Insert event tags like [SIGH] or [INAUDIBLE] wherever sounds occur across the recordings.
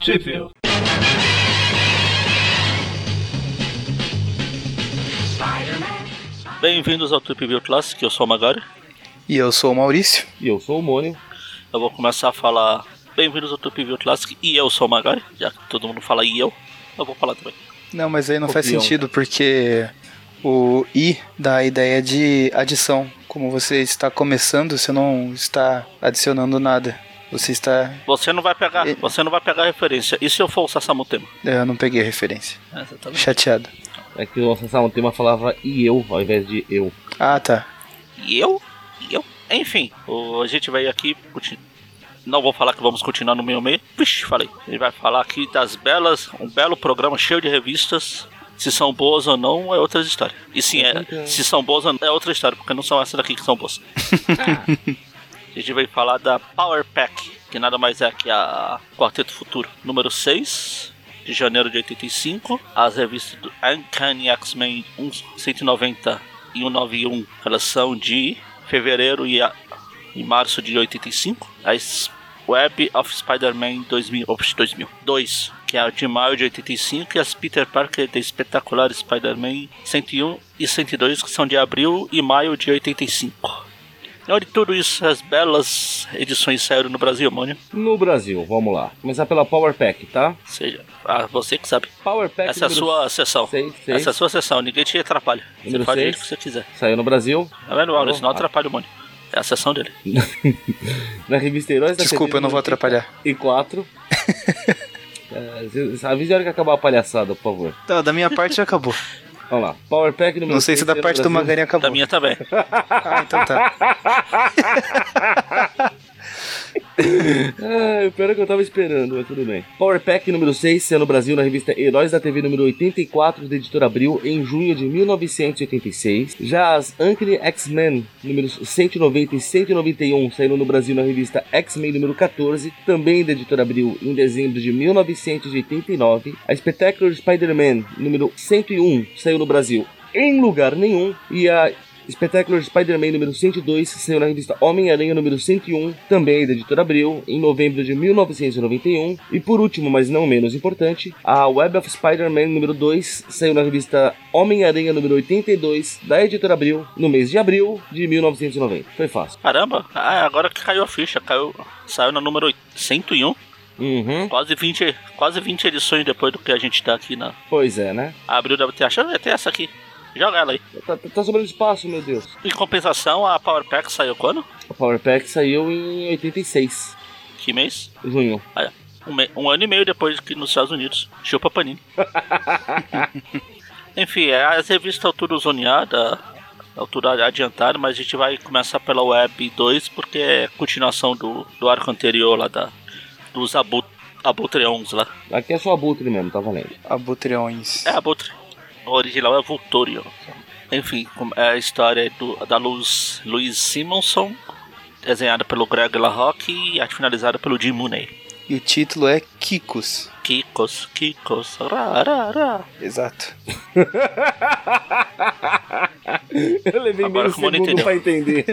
Sheffield. Bem-vindos ao Trip View Classic, eu sou o Magari. E eu sou o Maurício. E eu sou o Mônio. Eu vou começar a falar Bem-vindos ao Trip View Classic e eu sou o Magari, já que todo mundo fala e eu, eu vou falar também. Não, mas aí não faz sentido, porque o I dá a ideia de adição. Como você está começando, você não está adicionando nada. Você está. Você não vai pegar, E- você não vai pegar a referência. E se eu for o Sassamutema? eh, Eu não peguei a referência. É, exatamente. Chateado. É que o nosso salão tema falava e eu ao invés de eu. Ah, tá. E eu? E eu? Enfim, o- a gente vai aqui. continu- Não vou falar que vamos continuar no meio meio. Vixe, falei. Ele vai falar aqui das belas, um belo programa cheio de revistas. Se são boas ou não é outra história. E sim, é, se são boas ou não é outra história, porque não são essas daqui que são boas. a gente vai falar da Power Pack, que nada mais é que a Quarteto Futuro número 6, de janeiro de 85. As revistas do Uncanny X-Men 1, 190 e 191, elas são de fevereiro e, a- e março de 85. As Web of Spider-Man 2000, ops, 2002, que é a de maio de 85, e as Peter Parker de Espetacular Spider-Man 101 e 102, que são de abril e maio de 85. E Onde tudo isso, as belas edições saíram no Brasil, Mônio. No Brasil, vamos lá. Começar pela Power Pack, tá? Ou seja, ah, você que sabe. Power Pack Essa é a número sua sessão. seis, seis. Essa é a sua sessão, ninguém te atrapalha. Você Número pode ir o seis. que você quiser. saiu no Brasil. Tá vendo, Maurício? bom. Não Ah. atrapalha o Mônio. É a sessão dele. Tá Na revista Heróis da Desculpa, eu não vou atrapalhar. E [LAUGHS] 4. é, avisa a hora que acabar a palhaçada, por favor. Não, da minha parte já acabou. Vamos lá. Power Pack número [LAUGHS] Não sei se seis, da saiu no parte do Brasil. Magari Da acabou. minha também. Ah, então tá. Ah, o pior [LAUGHS] é que eu tava esperando, mas tudo bem. Power Pack número 6 saiu no Brasil na revista Heróis da TV número 84, da editora Abril, em junho de 1986. Já as Uncanny X-Men números 190 e 191 saíram no Brasil na revista X-Men número 14, também da editora Abril, em dezembro de 1989. A Spectacular Spider-Man número 101 saiu no Brasil em lugar nenhum. E a Spectacular Spider-Man número 102 saiu na revista Homem-Aranha número 101, também é da editora Abril, em novembro de 1991. E por último, mas não menos importante, a Web of Spider-Man número 2 saiu na revista Homem-Aranha número 82, da editora Abril, no mês de abril de 1990. Foi fácil. Caramba, ah, agora que caiu a ficha, caiu, saiu na número 101, Uhum. quase 20, quase 20 edições depois do que a gente tá aqui na. Pois é, né? Abriu deve ter achado, tem essa aqui. Joga ela aí. Tá, tá- tá sobrando espaço, meu Deus. Em compensação, a Power Pack saiu quando? A Power Pack saiu em 86, Que mês? junho. Olha, um, me- um ano e meio depois que nos Estados Unidos. Chupa Panini. Enfim, é, as revistas altura zoneada, altura adiantada, mas a gente vai começar pela Web 2 porque é continuação do, do arco anterior lá da, dos abu, Abutreons lá. Aqui é só abutre mesmo, tá valendo. Abutreões. É Abutre. O original é Voltorion. Enfim, com- é a história do, da Luz Louise Simonson, desenhada pelo Greg LaRocque e arte finalizada pelo Jim Mooney. E o título é Kikos. Kikos, Kikos, ra, ra, ra. Exato. [LAUGHS] Eu levei Agora que o meio Mano segundo entendeu. pra entender.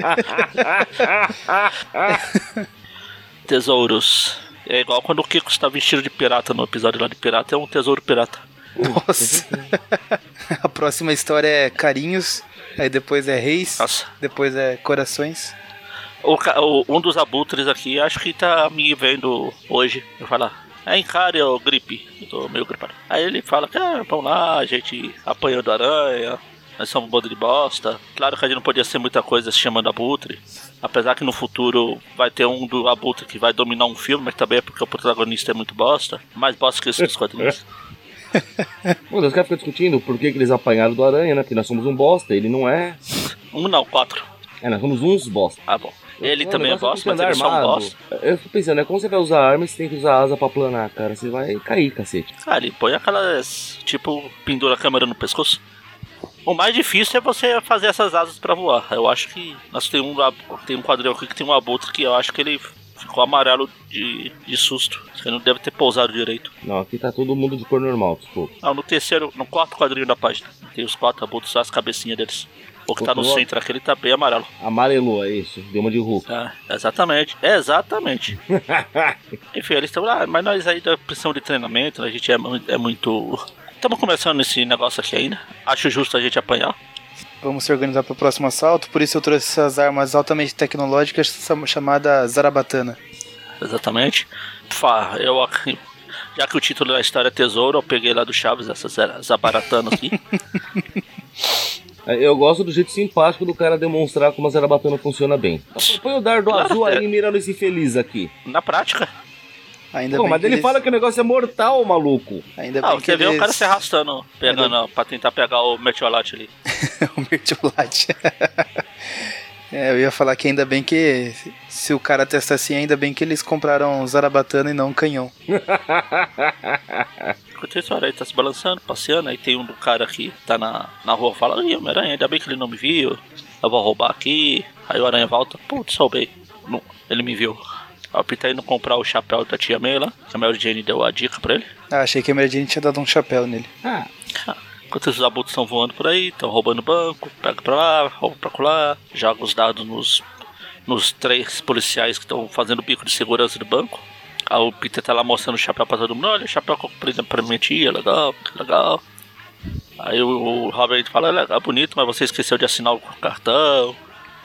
Tesouros. É igual quando o Kiko está vestido de pirata no episódio lá de pirata, é um tesouro pirata. Uh, Nossa. [LAUGHS] A próxima história é Carinhos. Aí depois é Reis. Nossa. Depois é Corações. O, ca- o- um dos abutres aqui, acho que tá me vendo hoje. Eu falar, é encare o gripe. Eu tô meio gripado. Aí ele fala, ah, vamos lá, a gente apanhou do aranha, nós somos um bando de bosta. Claro que a gente não podia ser muita coisa se chamando abutre. Apesar que no futuro vai ter um do abutre que vai dominar um filme, mas também é porque o protagonista é muito bosta. Mais bosta que isso dos quadrinhos. Pô, os caras ficam discutindo por que, que eles apanharam do aranha, né? Porque nós somos um bosta, ele não é. Um não, quatro. É, nós somos uns bosta. Ah, bom. Ele Pô, também é o um boss, negócio tem mas que andar ele só é um armado. boss. Eu fico pensando, né? Como você vai usar arma e você tem que usar asa pra planar, cara? Você vai cair, cacete. Ah, ele põe aquelas. Tipo, pendura a câmera no pescoço. O mais difícil é você fazer essas asas pra voar. Eu acho que. Nós tem um, ab- tem um quadril aqui que tem um abutre que eu acho que ele ficou amarelo de, de susto. Acho que ele não deve ter pousado direito. Não, aqui tá todo mundo de cor normal, tipo, desculpa. Ah, no terceiro, no quarto quadrinho da página. Tem os quatro abutres, só as cabecinhas deles. O que tá no Outro- centro aqui, ele tá bem amarelo. Amarelou, é isso. Deu uma de Hulk. Tá, exatamente, [LAUGHS] exatamente. Enfim, eles estão lá, mas nós aí da pressão de treinamento, a gente é, mu- é muito. Estamos começando esse negócio aqui ainda. Acho justo a gente apanhar. Vamos se organizar para o próximo assalto, por isso eu trouxe essas armas altamente tecnológicas cham- chamada Zarabatana. Exatamente. Fá, eu ac- já que o título da história é tesouro, eu peguei lá do Chaves essa zera- zabaratana [LAUGHS] aqui. É, Eu gosto do jeito simpático do cara demonstrar como a zarabatana funciona bem. Põe o dardo Claro, é. azul cara. aí e mira nesse feliz aqui. Na prática, Ainda Pô, bem mas que ele eles- fala que o negócio é mortal, maluco. [LAUGHS] Ainda ah, bem que você vê eles... o cara se arrastando, pegando ó, pra tentar pegar o meteorite ali. [LAUGHS] o Mertiolate. [LAUGHS] é, eu ia falar que ainda bem que se o cara testar assim, ainda bem que eles compraram Zarabatana e não canhão. Enquanto isso, olha, ele tá se balançando, passeando. Aí tem um do cara aqui, tá na, na rua, fala: Ih, Homem-Aranha, ainda bem que ele não me viu. Eu vou roubar aqui. Aí o Aranha volta: Putz, soube. Não, ele me viu. Aí o Peter tá indo comprar o chapéu da tia May lá, que a Mary Jane deu a dica pra ele. Ah, achei que a Mary Jane tinha dado um chapéu nele. Ah, Enquanto esses abutres estão voando por aí, estão roubando banco, pega pra lá, rouba pra lá, joga os dados nos, nos três policiais que estão fazendo o bico de segurança do banco. Aí o Peter tá lá mostrando o chapéu pra todo mundo, olha o chapéu que eu comprei pra minha tia, legal, que legal. Aí o, o Robert fala, "É legal, bonito, mas você esqueceu de assinar o cartão.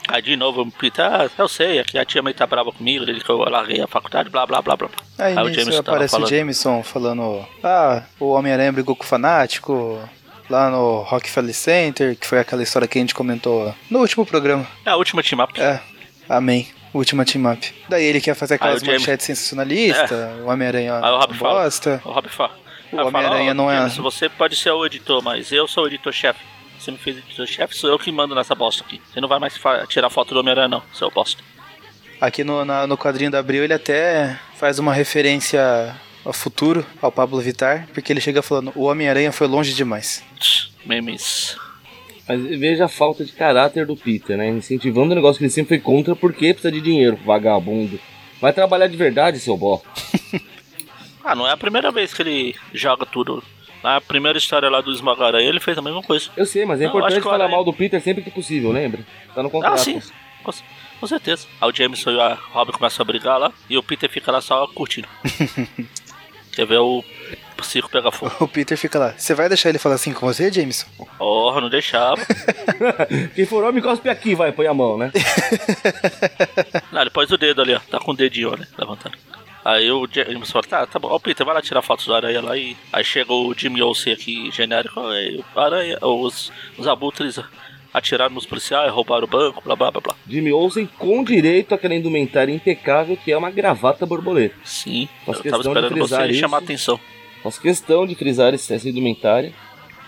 Aí de novo o Peter, ah, eu sei, é que a tia mãe tá brava comigo, ele que eu larguei a faculdade, blá blá blá blá. blá." Aí, Ah, o nisso Jameson tava aparece falando. o Jameson falando: Ah, o Homem-Aranha brigou com o Fanático lá no Rockefeller Center, que foi aquela história que a gente comentou no último programa. É a última team up. É, amém. Última team up. Daí ele quer fazer Aí aquelas Ah, o Jameson- manchetes sensacionalistas, o Homem-Aranha é Aí o uma Rob fala. bosta. O Rob fala. Aí O fala, Homem-Aranha "Ó, não é- Jameson, Você pode ser o editor, mas eu sou o editor-chefe. Você me fez editor-chefe, sou eu que mando nessa bosta aqui. Você não vai mais fa- tirar foto do Homem-Aranha, não, seu bosta. Aqui no, na- no quadrinho da Abril ele até faz uma referência ao futuro, ao Pablo Vittar, porque ele chega falando: O Homem-Aranha foi longe demais. [LAUGHS] Tch, Memes. [LAUGHS] mas veja a falta de caráter do Peter, né? Incentivando o negócio que ele sempre foi contra porque precisa de dinheiro, vagabundo. Vai trabalhar de verdade, seu bó. Ah, não é a primeira vez que ele joga tudo. Na primeira história lá do Esmagaranha, ele fez a mesma coisa. Eu sei, mas é Não, acho importante que o falar Aranha- mal do Peter sempre que possível, lembra? Tá no contrato. Ah, sim. Com, c- com certeza. Aí o Jameson e a Robin começam a brigar lá, e o Peter fica lá só [LAUGHS] curtindo. Quer ver o circo pegar fogo? O Peter fica lá: Você vai deixar ele falar assim com você, Jameson? Oh, não deixava. [LAUGHS] Quem for homem, cospe aqui, vai, põe a mão, né? Não, ele pôs o dedo ali, ó. Tá com o dedinho, olha, levantando. Aí o James fala, tá, tá bom, ó, Peter, vai lá tirar fotos do Aranha lá e. Aí chega o Jimmy Olsen aqui, genérico, aí o Aranha, os, os abutres atiraram nos policiais, roubaram o banco, blá blá blá blá. Jimmy Olsen com direito àquela indumentária impecável que é uma gravata borboleta. Sim, Mas eu tava questão de esperando você frisar isso. chamar a atenção. Faço questão de frisar esse- essa indumentária.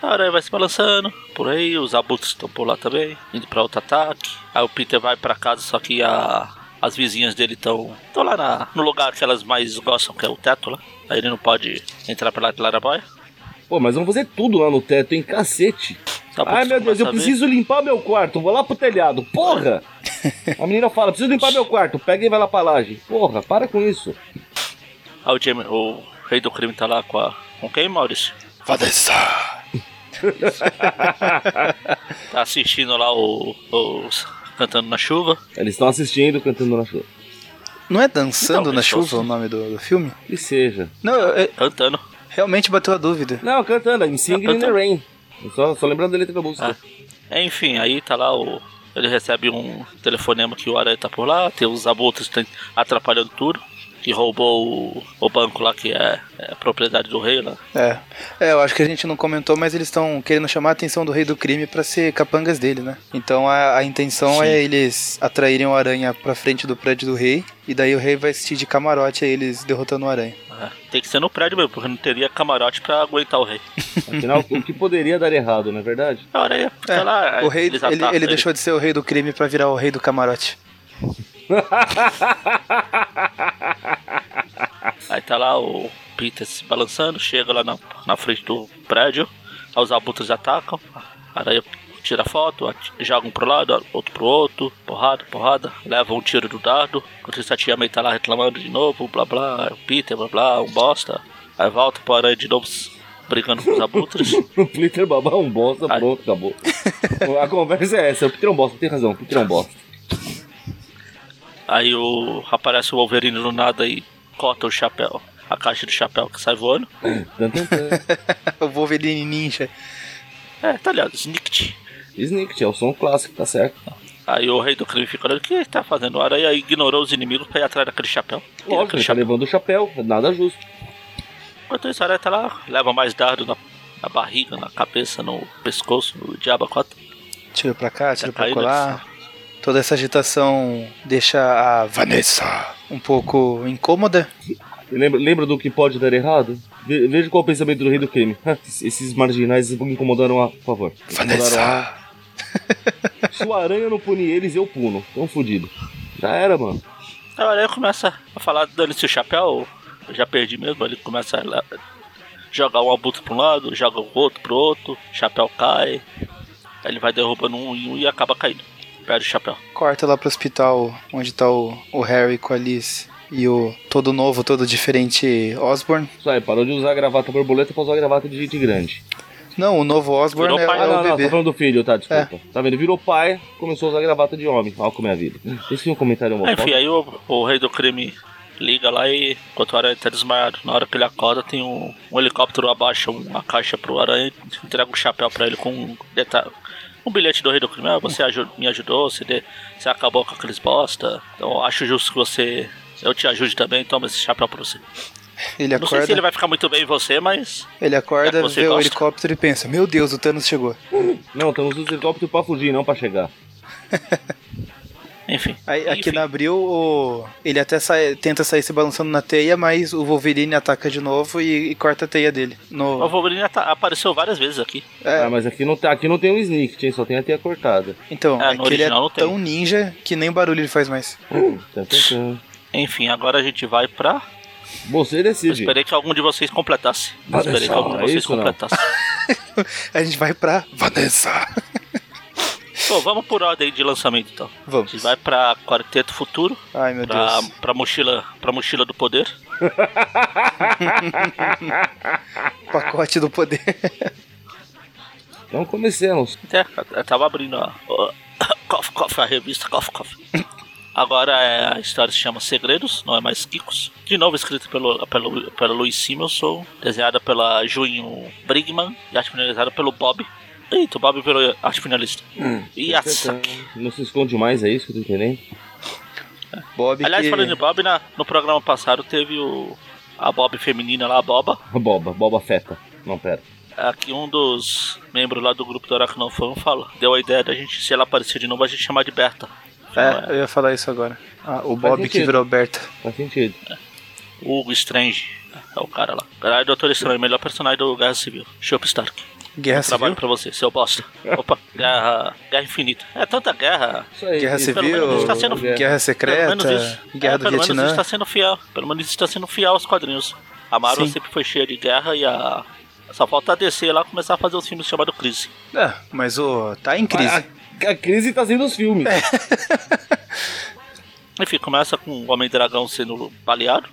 A aranha vai se balançando por aí, os abutres estão por lá também, indo pra outro ataque. Aí o Peter vai pra casa, só que a, as vizinhas dele estão tão lá na- no lugar que elas mais gostam, que é o teto lá. Aí ele não pode entrar pela Laraboia. Pô, mas vamos fazer tudo lá no teto, hein? Cacete. Tá Ai, meu Deus, eu preciso limpar meu quarto. Vou lá pro telhado. Porra! A menina fala, preciso limpar meu quarto. Pega e vai lá pra laje. Porra, para com isso. Aí Ah, o, Jamie- o rei do crime tá lá com a. Com quem, Maurício? Vanessa! Tá assistindo lá o. os- cantando na chuva. Eles estão assistindo, cantando na chuva. Não é Dançando Então, na pessoal, Chuva o nome do, do filme? Que seja. Não, eu- eu- Cantando. realmente bateu a dúvida. Não, cantando, em Singing in the cantando. Ah. Rain. Eu Só, só lembrando da letra da música. Enfim, aí tá lá o. Ele recebe um telefonema que o Aranha tá por lá, tem os abutres tem- atrapalhando tudo. Que roubou o, o banco lá que é, é propriedade do rei lá. É. é, eu acho que a gente não comentou, mas eles estão querendo chamar a atenção do rei do crime pra ser capangas dele, né? Então a, a intenção Sim. é eles atraírem o aranha pra frente do prédio do rei, e daí o rei vai assistir de camarote a eles derrotando o aranha. É, Tem que ser no prédio mesmo, porque não teria camarote pra aguentar o rei. Afinal, o que poderia dar errado, não é verdade? [LAUGHS] A Aranha fica lá. Então, o rei, É, eles ele, atacam ele deixou de ser o rei do crime pra virar o rei do camarote. [LAUGHS] Aí tá lá o Peter se balançando, chega lá na, na frente do prédio, aí os abutres atacam, a aranha tira foto, at- joga um pro lado, outro pro outro, porrada, porrada, leva um tiro do dardo, enquanto isso a tia May tá lá reclamando de novo, blá blá, o Peter, blá blá, um bosta, aí volta pro aranha de novo, brigando com os abutres. o Peter Babá é um bosta, Ai. pronto, acabou. A conversa é essa, o Peter é um bosta, tem razão, o Peter é um bosta. Aí o aparece o Wolverine do nada e corta o chapéu, a caixa do chapéu que sai voando. Tan, tan, tan. o Wolverine Ninja. É, tá ligado, snicked. Snicket é o som clássico, tá certo. é Aí o rei do crime fica olhando, o que ele tá fazendo? O aranha ignorou os inimigos pra ir atrás daquele chapéu. E Óbvio, aquele ele tá chapéu. levando o chapéu, nada justo. Enquanto isso, a aranha tá lá, leva mais dardo na, na barriga, na cabeça, no pescoço, no diabo a quatro. Tiro pra cá, tiro Já pra caiu colar. Toda essa agitação deixa a Vanessa um pouco incômoda. Lembra, lembra do que pode dar errado? Ve- veja qual é o pensamento do rei do crime. Ah, Esses marginais me incomodaram a. Por favor. Me incomodaram Vanessa! a- Se o aranha não punir eles, eu puno. Tão fudido. Já era, mano. Aí o aranha começa a falar, dando-se o chapéu, eu já perdi mesmo, ele começa a lá- jogar um abutre pra um lado, joga o outro pro outro, o chapéu cai. Aí ele vai derrubando um em um e acaba caindo. Perde o chapéu. Corta lá pro hospital onde tá o, o Harry com a Liz e o todo novo, todo diferente Osborn. Isso aí, parou de usar a gravata borboleta pra usar a gravata de gente grande. Não, o novo Osborn Virou é, pai, é Ah, o não, não, bebê. É. tá falando do filho, tá? Desculpa. Tá vendo? Virou pai, começou a usar a gravata de homem. Olha como é a vida. Esse é um comentário Aí, enfim, homofóbico. aí o, o rei do crime liga lá e enquanto o aranha tá desmaiado, na hora que ele acorda tem um, um helicóptero abaixa uma caixa pro aranha e entrega um chapéu pra ele com um detalhe. Um bilhete do rei do crime, ah, você aju- me ajudou, você, de- você acabou com aqueles bosta, então acho justo que você. Eu te ajude também, toma esse chapéu pra você. Ele Não sei acorda, se ele ele, vai ficar muito bem em você, mas. acorda, É que você vê o gosta. helicóptero e pensa: Meu Deus, o Thanos chegou. Não, estamos usando helicóptero pra fugir, não pra chegar. Enfim. Aí, aqui Enfim. na abril, o... ele até sai- tenta sair se balançando na teia, mas o Wolverine ataca de novo e, e corta a teia dele. O No... Wolverine ata- apareceu várias vezes aqui. É. Ah, mas aqui não, tá, aqui não tem um sneak, hein? Só tem a teia cortada. Então, É, é, no que ele é original não tem. tão ninja que nem barulho ele faz mais. Tan, tan, tan. Enfim, agora a gente vai pra. Você Eu decide. esperei que algum de vocês completasse. Eu Olha esperei que só, algum de é vocês isso não. completasse. A gente vai pra Vanessa. [LAUGHS] Pô, vamos por ordem de lançamento então. A Vamos. gente vai pra Quarteto Futuro, Ai, meu pra, Deus. pra, mochila, pra Mochila do Poder. Pacote do poder. [LAUGHS] Então comecemos. Até, É, eu tava abrindo a. ó, [COUGHS] Cof, cof, a revista Cof, cof. Agora é, a história se chama Segredos, não é mais Kikos. De novo escrita pelo, pelo, pelo Louis Simonson, desenhada pela Junho Brigman e arte finalizada pelo Bob. Eita, o Bob virou arte finalista. Hum, E a Não se esconde mais, é isso que eu tô entendendo? [LAUGHS] Bob Aliás, que... falando em Bob, na- no programa passado teve o, a Bob feminina lá, a Boba. Boba, Boba Feta. Não, pera. Aqui um dos membros lá do grupo do Aracnofan fala, deu a ideia da gente, se ela aparecer de novo, a gente chamar de Berta. É, eu ia falar isso agora. Ah, o Bob que sentido. virou Berta. Faz sentido. Hugo Strange é o cara lá. Cara, é Doutor Estranho, melhor personagem do Guerra Civil. Chop Stark. Guerra Trabalho Civil. pra você, seu bosta. Opa, [LAUGHS] guerra, guerra infinita. É tanta guerra. Isso aí. Guerra isso. é Civil, Pelo menos tá sendo- Guerra. Guerra Pelo menos Secreta, isso. Guerra é, do pelo menos Vietnã. está sendo fiel. Pelo menos está sendo fiel aos quadrinhos. A Marvel Sim. sempre foi cheia de guerra e a. Só falta descer lá e começar a fazer os filmes chamados Crise. Ah, mas o... tá em crise. A, a crise tá sendo os filmes. Enfim, começa com o Homem-Dragão sendo baleado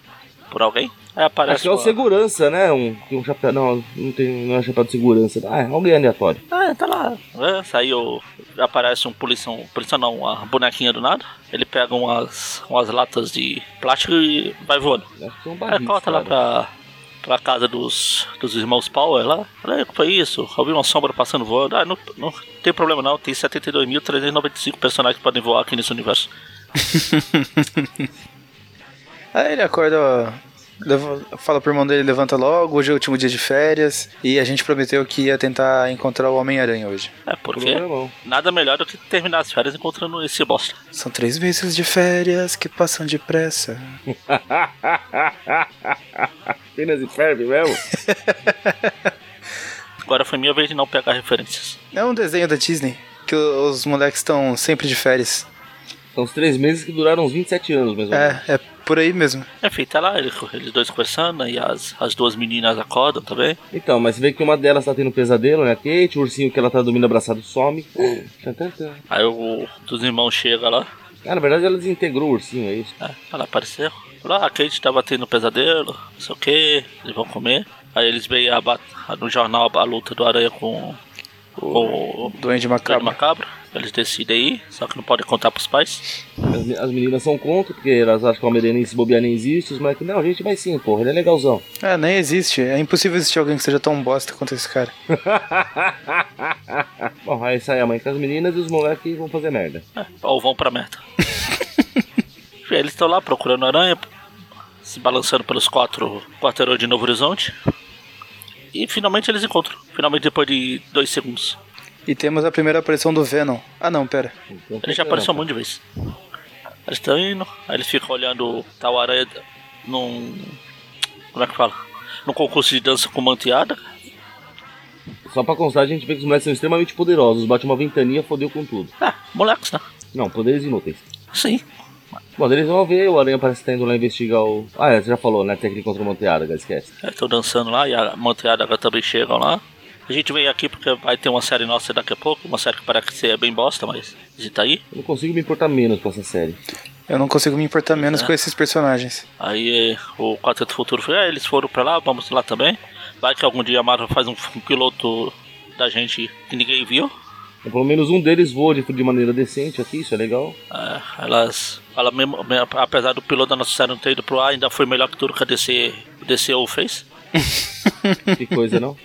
por alguém. Aí Acho aparece. que é o uma- segurança, né? Um, tem um chapéu. Não, não, tem, não é chapéu de segurança. Ah, é alguém aleatório. Ah, tá lá. É, saiu. Aparece um policial. um Policial não, uma bonequinha do nada. Ele pega umas, umas latas de plástico e vai voando. Acho que são Aí barris, corta lá cara. pra, pra casa dos, dos irmãos Power lá. Olha, que foi isso? Eu vi uma sombra passando voando. Ah, não, não tem problema não. Tem 72.395 personagens que podem voar aqui nesse universo. ah, Aí ele acorda, ó, leva- fala pro irmão dele, levanta logo, hoje é o último dia de férias, e a gente prometeu que ia tentar encontrar o Homem-Aranha hoje. É, porque [LAUGHS] Problemão. nada melhor do que terminar as férias encontrando esse bosta. São três meses de férias que passam depressa. Penas e ferve mesmo? Agora foi minha vez de não pegar referências. É um desenho da Disney, que o- os moleques estão sempre de férias. São os três meses que duraram uns 27 anos, mais ou menos. É, é por aí mesmo. Enfim, tá lá, ele- eles dois conversando, e as, as duas meninas acordam também. Então, mas você vê que uma delas tá tendo um pesadelo, né? Kate, o ursinho que ela tá dormindo abraçado some. Tan, tan, tan. Aí o dos irmãos chega lá, Ah, na verdade ela desintegrou o ursinho, é isso. né? ela apareceu. Falou, ah, a Kate tava tendo um pesadelo, não sei o que, eles vão comer. Aí eles veem a bat- no jornal a luta do Aranha com o, o Doente Grande macabro. Macabro. Eles decidem ir, só que não podem contar pros pais. As, me- as meninas são contra, porque elas acham que o Almeirense se bobear nem existe. Os moleques, não, gente, vai sim, porra, ele é [LAUGHS] legalzão. É, nem existe. É impossível existir alguém que seja tão bosta quanto esse cara. Bom, aí sai a mãe com as meninas e os moleques vão fazer merda. É, ou vão pra merda. eles estão lá procurando aranha, se balançando pelos quatro quarteirões de Novo Horizonte. E finalmente eles encontram. Finalmente depois de dois segundos. E temos a primeira aparição do Venom. Ah não, pera. Então, Ele já apareceu um monte de vezes. Eles estão indo, aí eles ficam olhando tal aranha num. Como é que fala? Num concurso de dança com manteada. Só pra constar, a gente vê que os moleques são extremamente poderosos. Bate uma ventania, fodeu com tudo. Ah, moleques, né? Não, poderes inúteis. Sim. Bom, eles vão ver, o Aranha parece que tá indo lá investigar o... Ah, é, você já falou, né? Técnica contra o Monteada, galera, esquece. Aí Estão É, dançando lá e a manteada agora também chegam lá. A gente veio aqui porque vai ter uma série nossa daqui a pouco, uma série que parece ser bem bosta, mas a gente tá aí. Eu não consigo me importar menos com essa série. Eu não consigo me importar menos com esses personagens. Aí eh, o Quarteto Futuro falou, ah, eles foram pra lá, vamos lá também. Vai que algum dia a Marvel faz um, f- um piloto da gente que ninguém viu. Mas pelo menos um deles voa de, de maneira decente aqui, isso é legal. Ah, elas, ela mesmo, me- apesar do piloto da nossa série não ter ido pro ar, ainda foi melhor que tudo que a DC, DCU fez. Que coisa, não?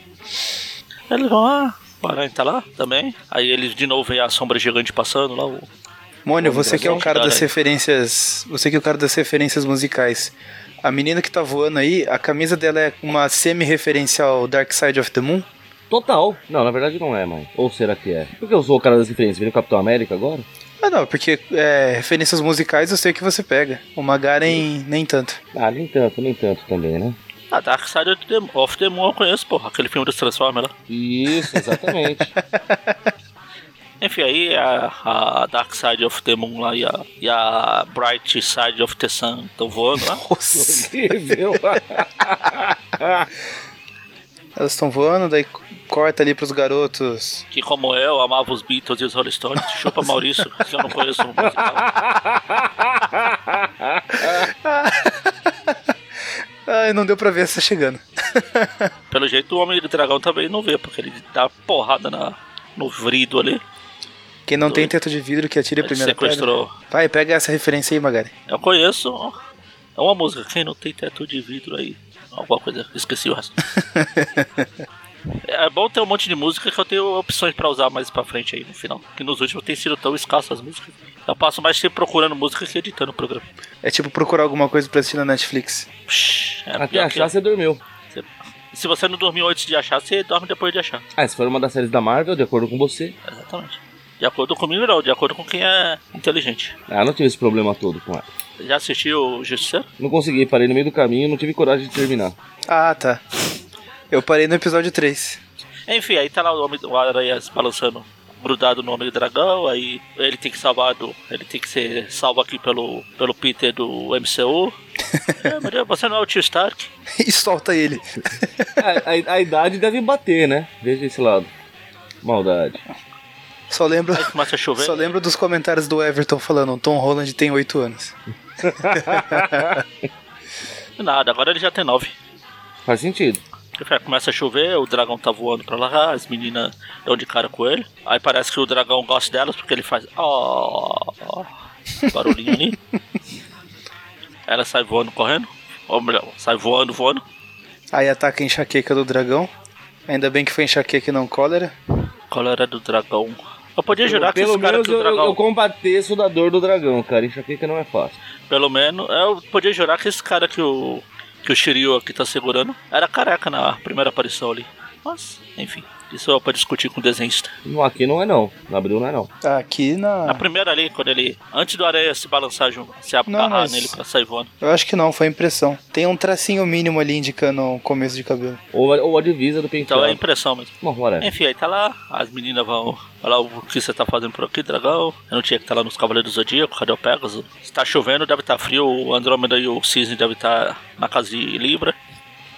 Eles vão lá, o Aranha tá lá também. Aí eles de novo veem a sombra gigante passando lá, o Mônio, você que é o Vamos cara ajudar, das né? referências. Você que é o cara das referências musicais. A menina que tá voando aí, a camisa dela é uma semi-referência ao Dark Side of the Moon? Total. Não, na verdade não é, mãe. Ou será que é? Por que eu sou o cara das referências? Virei o Capitão América agora? Ah não, porque é, referências musicais eu sei que você pega. O Magaren nem tanto. Ah, nem tanto, nem tanto também, né? Ah, Dark Side of the, of the Moon eu conheço, porra. Aquele filme dos Transformers lá. Isso, exatamente. Enfim, aí é a, a Dark Side of the Moon lá e a, e a Bright Side of the Sun estão voando lá. Nossa. [LAUGHS] Incrível. Elas estão voando, daí corta ali pros garotos Que como eu, amava os Beatles e os Rolling Stones. [LAUGHS] Chupa Maurício, que eu não conheço o musical. Ah. [LAUGHS] Ai, não deu pra ver essa chegando. [LAUGHS] Pelo jeito, o Homem do Dragão também não vê, porque ele dá porrada na, no vrido ali. Quem não tem teto de vidro que atire a Ele primeira pedra. sequestrou. Vai, pega essa referência aí, Magari. Eu conheço. É uma música. Quem não tem teto de vidro aí? Alguma coisa. Esqueci o resto. [LAUGHS] É bom ter um monte de música que eu tenho opções pra usar mais pra frente aí no final. Que nos últimos tem sido tão escasso as músicas. Eu passo mais tempo procurando música que editando o programa. É tipo procurar alguma coisa pra assistir na Netflix. Psh, é Até pior achar, você dormiu. que... Se você não dormiu antes de achar, você dorme depois de achar. Ah, se for uma das séries da Marvel, de acordo com você. Exatamente. De acordo comigo, não. De acordo com quem é inteligente. Ah, eu não tive esse problema todo com ela. Já assistiu o Justiceiro? Não consegui, parei no meio do caminho, não tive coragem de terminar. Ah, tá. Eu parei no episódio 3. Enfim, aí tá lá o homem do Aranha se balançando, grudado no homem do dragão, aí ele tem que salvar do. ele tem que ser salvo aqui pelo, pelo Peter do MCU. é, mas você não é o tio Stark. [LAUGHS] E solta ele. A, a- a idade deve bater, né? Veja esse lado. Maldade. Só lembro, Aí começa a chover. só lembro dos comentários do Everton falando: Tom Holland tem 8 anos. Nada, agora ele já tem nove. Faz sentido. Aí Começa a chover, o dragão tá voando pra lá, as meninas dão de cara com ele. Aí parece que o dragão gosta delas porque ele faz. ó, ó, barulhinho ali. Ela sai voando correndo. Ou melhor, sai voando, voando. Aí ataca a enxaqueca do dragão. Ainda bem que foi enxaqueca e não cólera. Cólera do dragão. Eu podia jurar que Pelo esse cara menos que o eu, eu dragão. combateço da dor do dragão, cara. Enxaqueca não é fácil. Pelo menos. Eu podia jurar que esse cara que o. que o Shiryu aqui tá segurando era careca na primeira aparição ali. Mas, enfim. Isso é pra discutir com o desenhista. Não, aqui não é não. Na abril não é não. Aqui Ah. Na na. primeira ali, quando ele. Antes do areia se balançar junto, se agarrar mas- nele pra sair voando. Eu acho que não, foi impressão. Tem um tracinho mínimo ali indicando o começo de cabelo. Ou, a- ou a divisa do penteado. Então é impressão mesmo. Bom, whatever. Enfim, aí tá lá, as meninas vão. Olha lá o que você tá fazendo por aqui, dragão. Eu não tinha que estar lá nos Cavaleiros do Zodíaco, cadê o Pegasus? Se tá chovendo, deve estar frio, o Andrômeda e o Cisne devem estar na casa de Libra.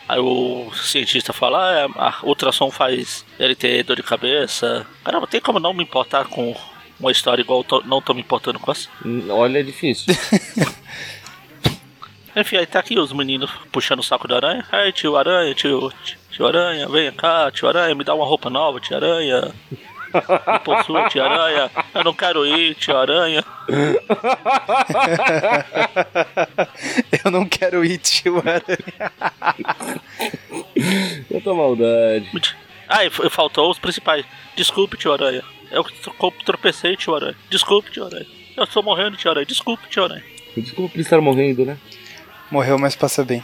Aí o cientista fala, ah, a ultrassom faz ele ter dor de cabeça. Caramba, tem como não me importar com uma [LAUGHS] é história igual eu tô- não tô me importando com essa? Hum, Olha, é difícil. Enfim, aí tá aqui os meninos puxando o saco do aranha. Aí, tio aranha, tio, tio aranha, vem cá, tio aranha, me dá uma roupa nova, tio aranha. Me possua, tio aranha. Eu não quero ir, tio aranha. [LAUGHS] Eu não quero ir, tio aranha. Quanta maldade. Ah, e f- faltou os principais. Desculpe, tio aranha. Eu tro- tropecei, tio aranha. Desculpe, tio aranha. Eu estou morrendo, tio aranha. Desculpe, tio aranha. Desculpa por estar morrendo, né? Morreu, mas passa bem.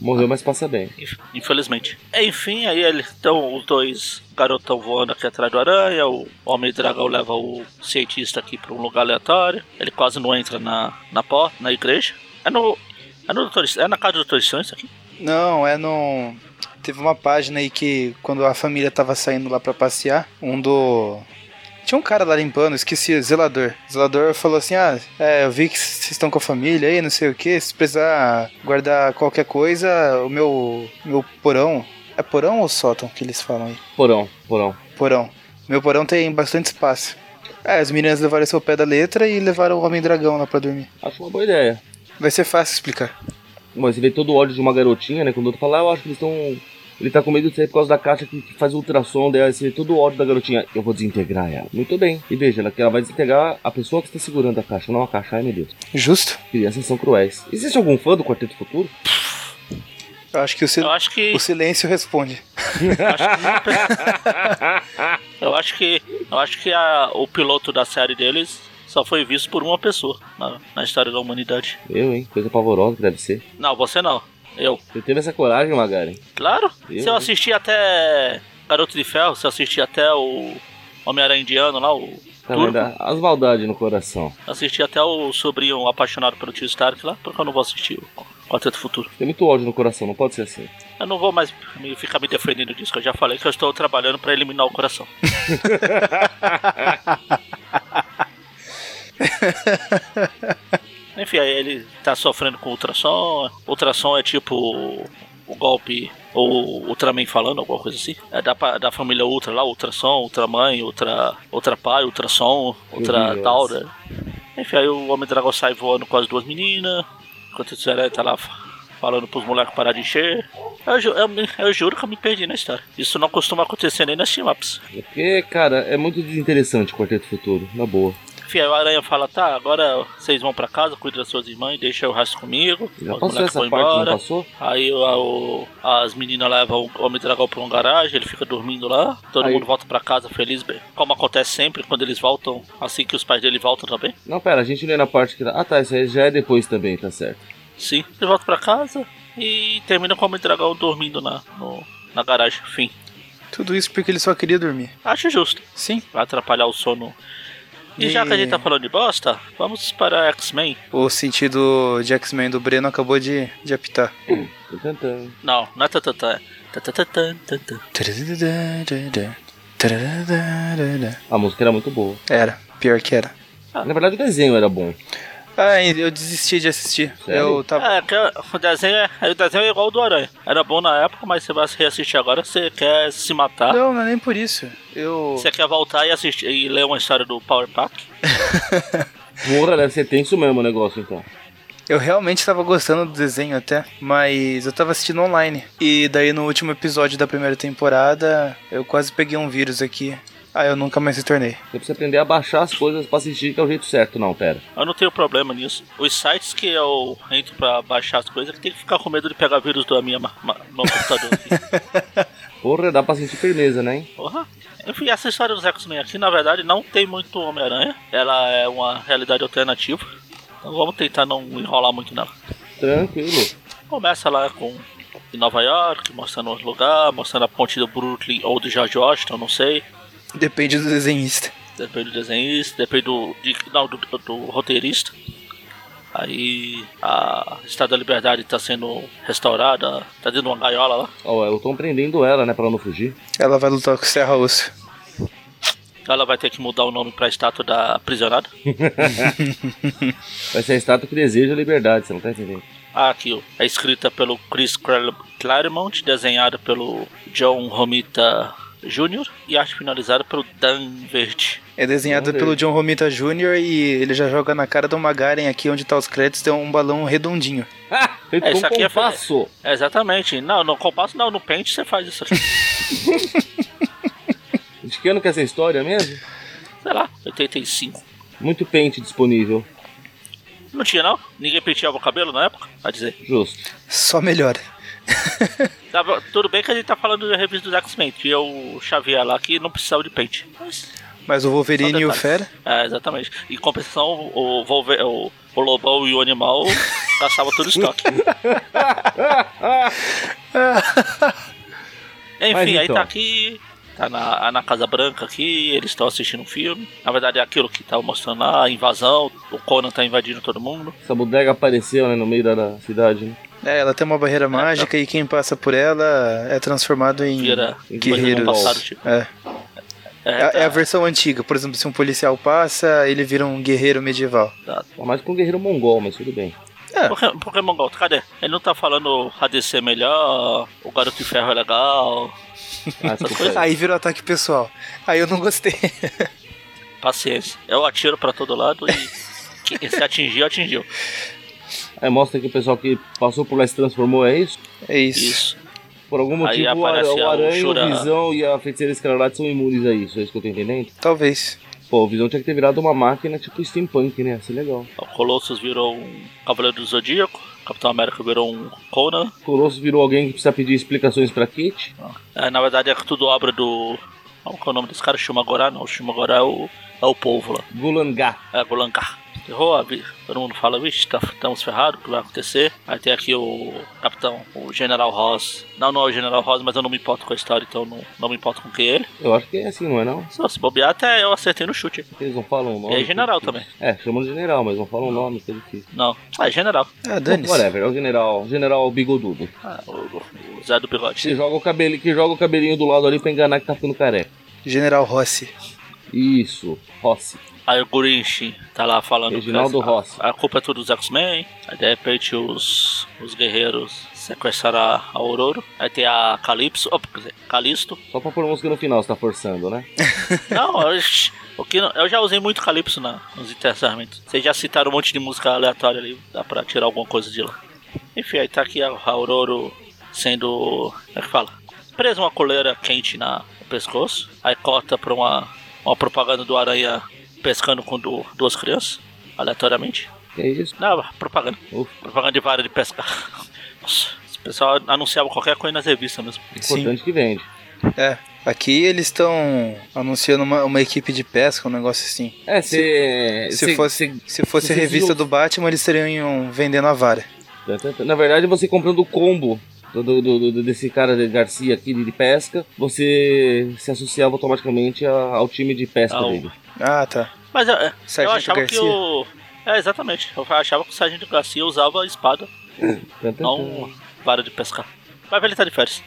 Morreu, mas passa bem. Inf- Infelizmente. Enfim, aí eles estão, os dois garotão voando aqui atrás do aranha. O homem dragão leva o cientista aqui para um lugar aleatório. Ele quase não entra na, na porta, na igreja. É no. É, no doutor, é na casa do doutor Estranho isso aqui? Não, é num. Teve uma página aí que quando a família tava saindo lá pra passear, um do. Tinha um cara lá limpando, esqueci, zelador. zelador falou assim: Ah, é, eu vi que vocês estão com a família aí, não sei o que. Se precisar guardar qualquer coisa, o meu, meu porão. É porão ou sótão que eles falam aí? Porão, porão. Porão. Meu porão tem bastante espaço. É, as meninas levaram esse ao pé da letra e levaram o Homem-Dragão lá pra dormir. Acho uma boa ideia. Vai ser fácil explicar. Mas você vê todo o ódio de uma garotinha, né? Quando o outro fala, ah, eu acho que eles estão. Ele tá com medo de sair por causa da caixa que que faz ultrassom, daí você vê todo o ódio da garotinha. Eu vou desintegrar ela. Muito bem. E veja, ela, que ela vai desintegrar a pessoa que está segurando a caixa, não a caixa. Ai meu Deus. Justo? Crianças são cruéis. Existe algum fã do [LAUGHS] Quarteto Futuro? Eu acho que o, sil- Eu acho que. o silêncio responde. [LAUGHS] Eu acho que. Eu acho que a- o piloto da série deles só foi visto por uma pessoa na, na história da humanidade. Eu, hein? Coisa pavorosa que deve ser. Não, você não. Eu. Você teve essa coragem, Magaren? Claro. Eu, se eu hein? assistir até Garoto de Ferro, se eu assistir até o Homem-Aranha Indiano lá, o Tá Turco, vendo? As maldades no coração. assisti até o sobrinho apaixonado pelo tio Stark lá, porque eu não vou assistir o Quarteto Futuro. Tem muito ódio no coração, não pode ser assim. Eu não vou mais me- ficar me defendendo disso, que eu já falei que eu estou trabalhando para eliminar o coração. Enfim, aí ele tá sofrendo com ultrassom. Ultrassom é tipo o- o golpe, ou Ultraman falando, alguma coisa assim. É da, pa- da família Ultra lá, Ultrassom, Ultraman, Ultra, Ultra Pai, Ultrassom, Ultra vi Taura. Enfim, aí o Homem Dragão sai voando com as duas meninas. Enquanto o Zeré tá lá fa- falando pros moleques parar de encher. Eu, ju- eu me- eu juro que eu me perdi na história. Isso não costuma acontecer nem nas team-ups. É Porque, cara, é muito desinteressante o Quarteto Futuro, na boa. Enfim, aí o Aranha fala, tá, agora vocês vão pra casa, cuida das suas irmãs, deixa o resto comigo. Já Os passou moleques essa vão parte, não passou? Aí o- a- o- as meninas levam o Homem Dragão pra um garagem, ele fica dormindo lá, todo Aí. mundo volta pra casa feliz, bem. como acontece sempre quando eles voltam, assim que os pais dele voltam também. Não, pera, a gente lê na parte que. Ah, tá, isso aí já é depois também, tá certo. Sim, eles voltam pra casa e termina com o Homem Dragão dormindo na, no- na garagem. Fim. Tudo isso porque ele só queria dormir. Acho justo. Sim. Vai atrapalhar o sono. E, já que a gente tá falando de bosta, vamos para X-Men. O sentido de X-Men do Breno acabou de, de apitar. Tô tentando. Não, não é tatatã. é tatatã, tatatã. A música era muito boa. Era, pior que era. Na verdade, o desenho era bom. Ah, eu desisti de assistir. Sério? Eu tava. É, que o desenho é, o desenho é igual o do Aranha. Era bom na época, mas você vai reassistir agora, você quer se matar. Não, não é nem por isso. Eu. Você quer voltar e assistir e ler uma história do Power Pack? Porra, deve ser tenso mesmo o negócio, então. Eu realmente tava gostando do desenho até, mas eu tava assistindo online. E daí no último episódio da primeira temporada, eu quase peguei um vírus aqui. Ah, eu nunca mais retornei. Você precisa aprender a baixar as coisas pra assistir, que é o jeito certo, não, pera. Eu não tenho problema nisso. Os sites que eu entro pra baixar as coisas, que tem que ficar com medo de pegar vírus do minha, ma- ma- meu computador aqui. Porra, dá pra sentir firmeza, né, hein? Porra. Enfim, essa história dos X-Men aqui, na verdade, não tem muito Homem-Aranha. Ela é uma realidade alternativa. Então vamos tentar não enrolar muito nela. Tranquilo. Começa lá com em Nova York, mostrando os lugares, mostrando a ponte do Brooklyn ou do George Washington, não sei. Depende do desenhista. Depende do desenhista, depende do, de- não, do, do roteirista. Aí a Estátua da Liberdade está sendo restaurada, tá dentro de uma gaiola lá. Ó, eu tô prendendo ela, né, pra ela não fugir. Ela vai lutar com o Serra Osso. Ela vai ter que mudar o nome pra Estátua da Aprisionada. Vai ser a estátua que deseja a liberdade, você não tá entendendo? Ah, aqui, ó. É escrita pelo Chris Clar- Claremont, desenhada pelo John Romita Jr. e arte finalizada pelo Dan Verde. É desenhado Vamos ver. pelo John Romita Jr. e ele já joga na cara do Magaren aqui onde tá os créditos, tem um balão redondinho. Ah, [LAUGHS] feito É, isso com aqui é fa- compasso. É, exatamente. Não, no compasso não, no pente você faz [LAUGHS] isso. Sei De que ano que é essa história mesmo? lá, 85. Muito pente disponível. Não tinha não? Ninguém penteava o cabelo na época? Vai dizer. Justo. Só melhora. Tá bom, Tudo bem que a gente tá falando da revista dos X-Men, que eu Xavier lá que não precisava de pente. Mas Mas o são Wolverine e o detalhes. Fera. É, exatamente. Em compensação, o, Volver, o, o Lobão e o [LAUGHS] Animal caçavam todo o estoque. Mas Enfim, aí então. tá aqui, tá na, na Casa Branca aqui, eles estão assistindo um filme. Na verdade é aquilo que tava mostrando lá, a invasão, o Conan tá invadindo todo mundo. Essa bodega apareceu, né, no meio da- da cidade, né? É, ela tem uma barreira mágica e quem passa por ela é transformado em tá. Vira- guerreiro. coisa do passado, tipo. É. É, É, tá, é a versão antiga. Por exemplo, se um policial passa, ele vira um guerreiro medieval. tá. Tá mais com um guerreiro mongol, mas tudo [LAUGHS] bem. É. Poké- Pokémon Gold, cadê? Ele não tá falando ADC é melhor, o Garoto de Ferro é legal, Ah, essas É. coisas. Aí virou ataque pessoal. Aí eu não gostei. [LAUGHS] paciência. Eu atiro pra todo lado e [LAUGHS] quem se atingiu, atingiu. Aí É, mostra que o pessoal que passou por lá se transformou, é isso? É isso. Isso. Por algum Aí motivo, o, ar, aparece o a- o Aranha, o Shura. Visão e a Feiticeira Escarlate são imunes a isso, é isso que eu tô entendendo? Talvez. Pô, o Visão tinha que ter virado uma máquina tipo steampunk, né? Isso é legal. O Colossus virou um Cavaleiro do Zodíaco, Capitão América virou um Conan. Colosso virou alguém que precisa pedir explicações pra Kate. É, na verdade é tudo obra do. Como que é o nome desse cara? Shumagorá? Não, o Shumagorá é o, é o povo lá. Gulangá. É Golangar. Errou, a vi- todo mundo fala, vixe, tá, estamos ferrados, o que vai acontecer? Aí tem aqui o capitão, o General Ross. Não, não é o General Ross, mas eu não me importo com a história, então não, não me importo com quem é ele. Eu acho que é assim, não é não? Só se bobear, até eu acertei no chute. Eles não falam o nome. E é general que é difícil. É, chamam de general, mas não falam o nome, que é difícil. Não, ah, é General. Ah, Bom, dane-se. whatever, é o general, general bigodudo. Ah, o, o Zé do Bigode. Que joga, o cabelo, que joga o cabelinho do lado ali pra enganar que tá ficando careca. General Rossi. Isso, Rossi. Aí o Grinch tá lá falando. Reginaldo que a- Rossi. A culpa é tudo dos X-Men. Aí de repente os, os guerreiros sequestraram a, a Aurora. Aí tem a Calypso. Oh, quer dizer, Calisto. Só pra pôr música no final, você tá forçando, né? Não, eu, o que não- eu já usei muito Calypso na, nos intercessamentos. Vocês já citaram um monte de música aleatória ali. Dá pra tirar alguma coisa de lá. Enfim, aí tá aqui a, a Aurora sendo. Como é que fala? Presa uma coleira quente na, no pescoço. Aí corta pra uma, uma propaganda do Aranha pescando com du- duas crianças. Aleatoriamente. Que é isso? Não, propaganda. Ufa, Propaganda de vara de pescar. [LAUGHS] Nossa, esse pessoal anunciava qualquer coisa nas revistas mesmo. Sim. importante que vende. É. Aqui eles estão anunciando uma, uma equipe de pesca, um negócio assim. É, se. Se, fosse, se fosse se- a revista se- do Batman, eles estariam vendendo a vara. Na verdade, você comprando o combo do, do- do- do- desse cara de Garcia aqui de pesca, você se associava automaticamente a- ao time de pesca Ao- dele. Ah, tá. Mas é, é, eu Sargento achava Garcia. que o. É, exatamente. Eu achava que o Sargento Garcia usava a espada, Tan, Uhum. tan, não vara de pescar. Mas ele tá de férias.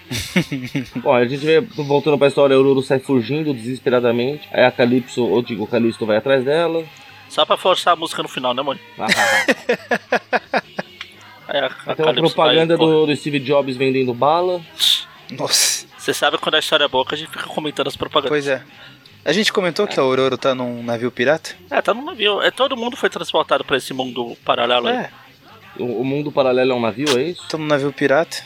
tan. Bom, a gente vê, voltando pra história, a Aurora sai fugindo desesperadamente. Aí a Calypso, ou digo, o Calixto vai atrás dela. Só pra forçar a música no final, né, mano? Ah, ah, ah. Aí [LAUGHS] a, a Tem uma Calypso tá propaganda vai- pô, do, do Steve Jobs vendendo bala. [LAUGHS] Nossa. Você sabe quando a história é boa que a gente fica comentando as propagandas. Pois é. A gente comentou que a Aurora tá num navio pirata? É, tá no navio. É, todo mundo foi transportado pra esse mundo paralelo aí. É, O, o mundo paralelo é um navio, é isso? tá num navio pirata.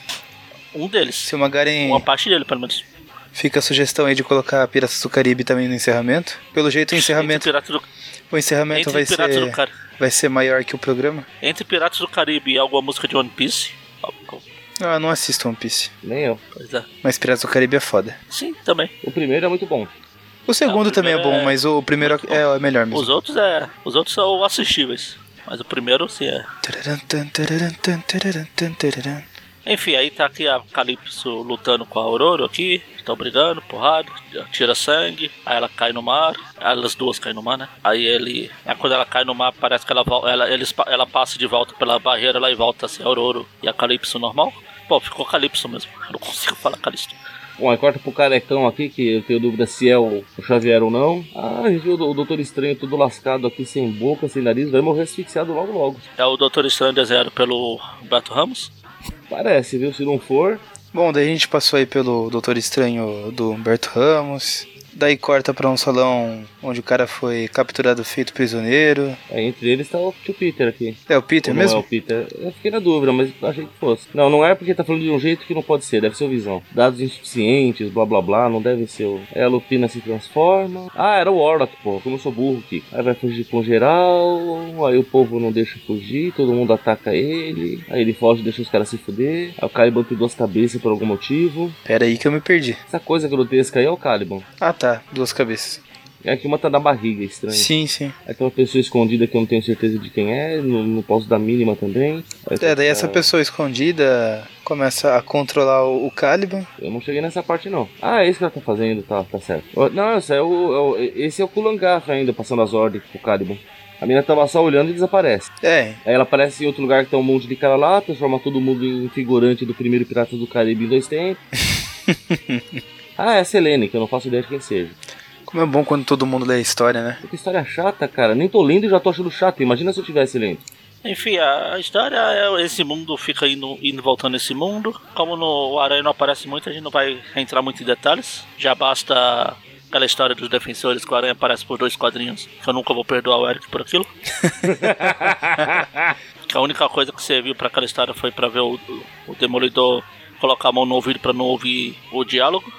Um deles. Se o Magaren Uma parte dele, pelo menos. fica a sugestão aí de colocar Piratas do Caribe também no encerramento. Pelo jeito o Entre encerramento, Piratas do, o encerramento entre vai, Piratas do ser, Car... vai ser maior que o programa. Entre Piratas do Caribe e alguma música de One Piece. Ah, eu não assisto One Piece. Nem eu. Pois é. Mas Piratas do Caribe é foda. Sim, também. O primeiro é muito bom. O segundo o também é primeiro bom, é- mas o primeiro é, é o melhor mesmo. Os outros é. Os outros são assistíveis. Mas o primeiro sim é. Tararam, tan, tararam, tan, tararam, tan, tararam. Enfim, aí tá aqui a Calypso lutando com a Aurora aqui. Estão brigando, porrada, tira sangue, aí ela cai no mar, elas duas caem no mar, né? Aí ele. Aí quando ela cai no mar, parece que ela, vol- ela, eles, pa- ela passa de volta pela barreira lá e volta a ser a Aurora e a Calypso normal. Pô, ficou Calypso mesmo. Eu não consigo falar Calypso. Bom, aí corta pro carecão aqui, que eu tenho dúvida se é o o Xavier ou não. Ah, a gente viu o Doutor Estranho todo lascado aqui, sem boca, sem nariz, vai morrer asfixiado logo logo. É o Doutor Estranho desenhado pelo Beto Ramos. Parece, viu? Se não for, Bom, daí a gente passou aí pelo Doutor Estranho do Humberto Ramos. Daí corta pra um salão onde o cara foi capturado feito prisioneiro. Aí, entre eles tá o tio Peter aqui. É o Peter Ou não mesmo? é o Peter? Eu fiquei na dúvida, mas achei que fosse. Não, não é porque tá falando de um jeito que não pode ser, deve ser o Visão. Dados insuficientes, blá blá blá, não deve ser o... É, a Lupina se transforma. Ah, era o Warlock, pô, como eu sou burro aqui. Aí vai fugir com geral, aí o povo não deixa fugir, todo mundo ataca ele. Aí ele foge e deixa os caras se fuder. Aí o Caliban tem duas cabeças por algum motivo. Pera aí que eu me perdi. Essa coisa grotesca aí é o Caliban. Ah tá, duas cabeças. É que uma tá na barriga, estranho. Sim, sim. Aí tem uma pessoa escondida que eu não tenho certeza de quem é, não, não posso dar mínima também. Aí É, daí tá- essa pessoa escondida começa a controlar o, o Caliban. Eu não cheguei nessa parte, não. Ah, é isso que ela tá fazendo, tá, tá certo. Ó, Não, esse é o, é o- esse é o Kulangafa ainda, passando as ordens pro Caliban. A mina tava só olhando e desaparece. É, Aí ela aparece em outro lugar que tem um monte de cara lá, transforma todo mundo em um figurante do primeiro Pirata do Caribe em dois tempos. ah, é a Selene, que eu não faço ideia de quem seja. como é bom quando todo mundo lê a história, né? Que história chata, cara. Nem tô lendo e já tô achando chato. Imagina se eu tivesse lendo. [LAUGHS] Enfim, a a história é esse mundo fica indo, indo e voltando nesse mundo. Como no o Aranha não aparece muito, a gente não vai entrar muito em detalhes. Já basta aquela história dos defensores que o Aranha aparece por dois quadrinhos, que eu nunca vou perdoar o Eric por aquilo. que a única coisa que serviu para aquela história foi para ver o, o Demolidor colocar a mão no ouvido para não ouvir o diálogo.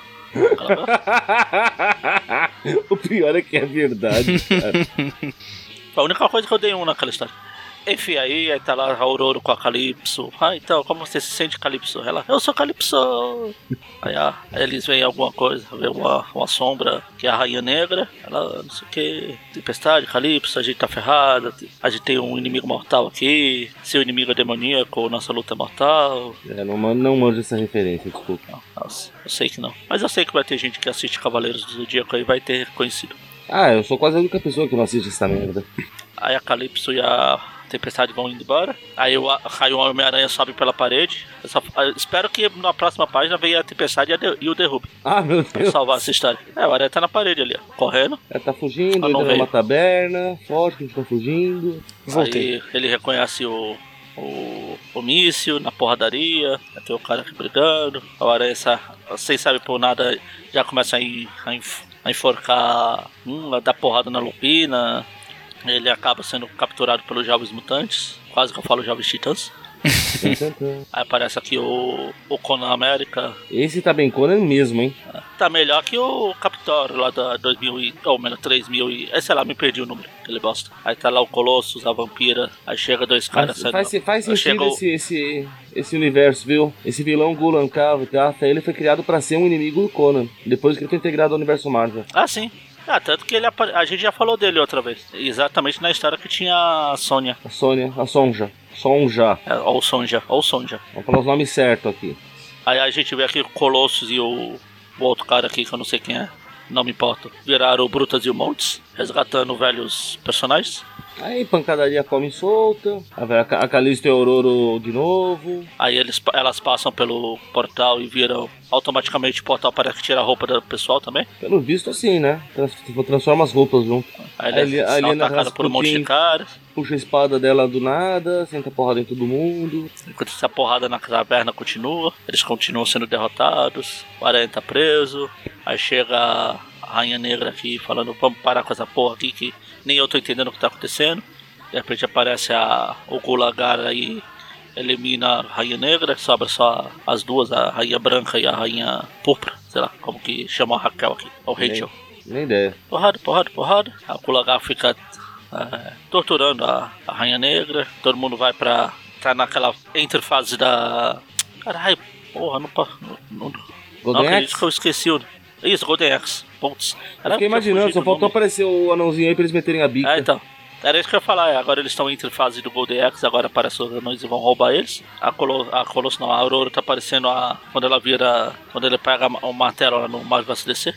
o pior é que é verdade, cara. Foi a única coisa que eu dei um naquela história. Enfim, aí, aí tá lá a Aurora com a Calypso. Ah, então, como você se sente, Calypso? Ela, eu sou Calypso! Aí, ah, aí eles veem alguma coisa, vê uma, uma sombra que é a Rainha Negra. Ela, não sei o que, Tempestade, Calypso, a gente tá ferrada. A gente tem um inimigo mortal aqui. Seu inimigo é demoníaco, nossa luta é mortal. É, não, man- não manjo essa referência, desculpa. Não, nossa, eu sei que não. Mas eu sei que vai ter gente que assiste Cavaleiros do Zodíaco aí e vai ter reconhecido. Ah, eu sou quase a única pessoa que não assiste essa merda. Aí a Calypso e a Tempestade vão indo embora. Aí o, aí o Homem-Aranha sobe pela parede. Eu só- eu espero que na próxima página venha a Tempestade e, a de- e o derrube. Ah, meu Pra Deus. salvar essa história. É, o Aranha tá na parede ali, ó, correndo. Ela tá fugindo, Ah, não, entra numa velho. taberna, foge que a gente tá fugindo. Voltei. Aí ele reconhece o. O, o míssil na porradaria, aí tem o cara aqui brigando, a aranha, sa- sem saber por nada, já começa a, en- a enf- a enforcar um, a dar porrada na lupina. Ele acaba sendo capturado pelos jovens mutantes, quase que eu falo jovens titãs. Tum, tum, tum. Aí aparece aqui o, o Conan América. Esse tá bem Conan mesmo, hein? Tá melhor que o Capitólio lá da 2000 e, ou menos 3000 e, é, sei lá, me perdi o número, aquele bosta. Aí tá lá o Colossus, a Vampira, aí chega dois caras Faz, saindo. faz, faz aí sentido chega o- esse, esse, esse universo, viu? Esse vilão Gulan Kavata, ele foi criado pra ser um inimigo do Conan, depois que ele foi integrado ao universo Marvel. Ah, sim. Ah, tanto que ele apare- a gente já falou dele outra vez. Exatamente na história que tinha a Sônia. A Sônia, a Sonja. Sonja. É, Ou Sonja, ou Sonja. Vamos falar os nomes certos aqui. Aí a gente vê aqui o Colossus e o, o outro cara aqui, que eu não sei quem é, não me importa. Viraram o Brutas e o Montes, resgatando velhos personagens. Aí, pancadaria come solta. A, a, a Calisto e o Ororo de novo. Aí eles, pa- elas passam pelo portal e viram automaticamente o portal para que tira a roupa do pessoal também. Pelo visto, assim, né? Trans- Transforma as roupas junto. Aí Ali- eles ali são na atacadas por um monte de Rasputin. caras. Puxa a espada dela do nada, senta porrada em todo mundo. Enquanto essa porrada na caverna continua, eles continuam sendo derrotados. O Aranha tá preso. Aí chega a Rainha Negra aqui falando: Vamos parar com essa porra aqui que nem eu tô entendendo o que tá acontecendo. De repente aparece a, o Gulagara e elimina a Rainha Negra, que sobra só as duas, a Rainha Branca e a Rainha Púrpura. Sei lá como que chama a Raquel aqui, ou Rachel. Nem ideia. Porrada, porrada, porrada. A Kulagar fica eh, torturando a, a Rainha Negra. Todo mundo vai pra. tá naquela interfase da. Caralho, porra, não. pa- Não, não, não Golden acredito Axe? que eu esqueci o. Isso, Golden Axe. Putz. Caralho, Fiquei porque eu imaginando, fugi só do faltou nome. aparecer o anãozinho aí pra eles meterem a bica. Ah, então. Era isso que eu ia falar, é, agora eles estão entre fase do Golden Axe, agora aparecem os anões e vão roubar eles. A Colo, a Colosso não, a Aurora tá aparecendo a, quando ela vira. quando ele pega o martelo lá no Marvel vs DC.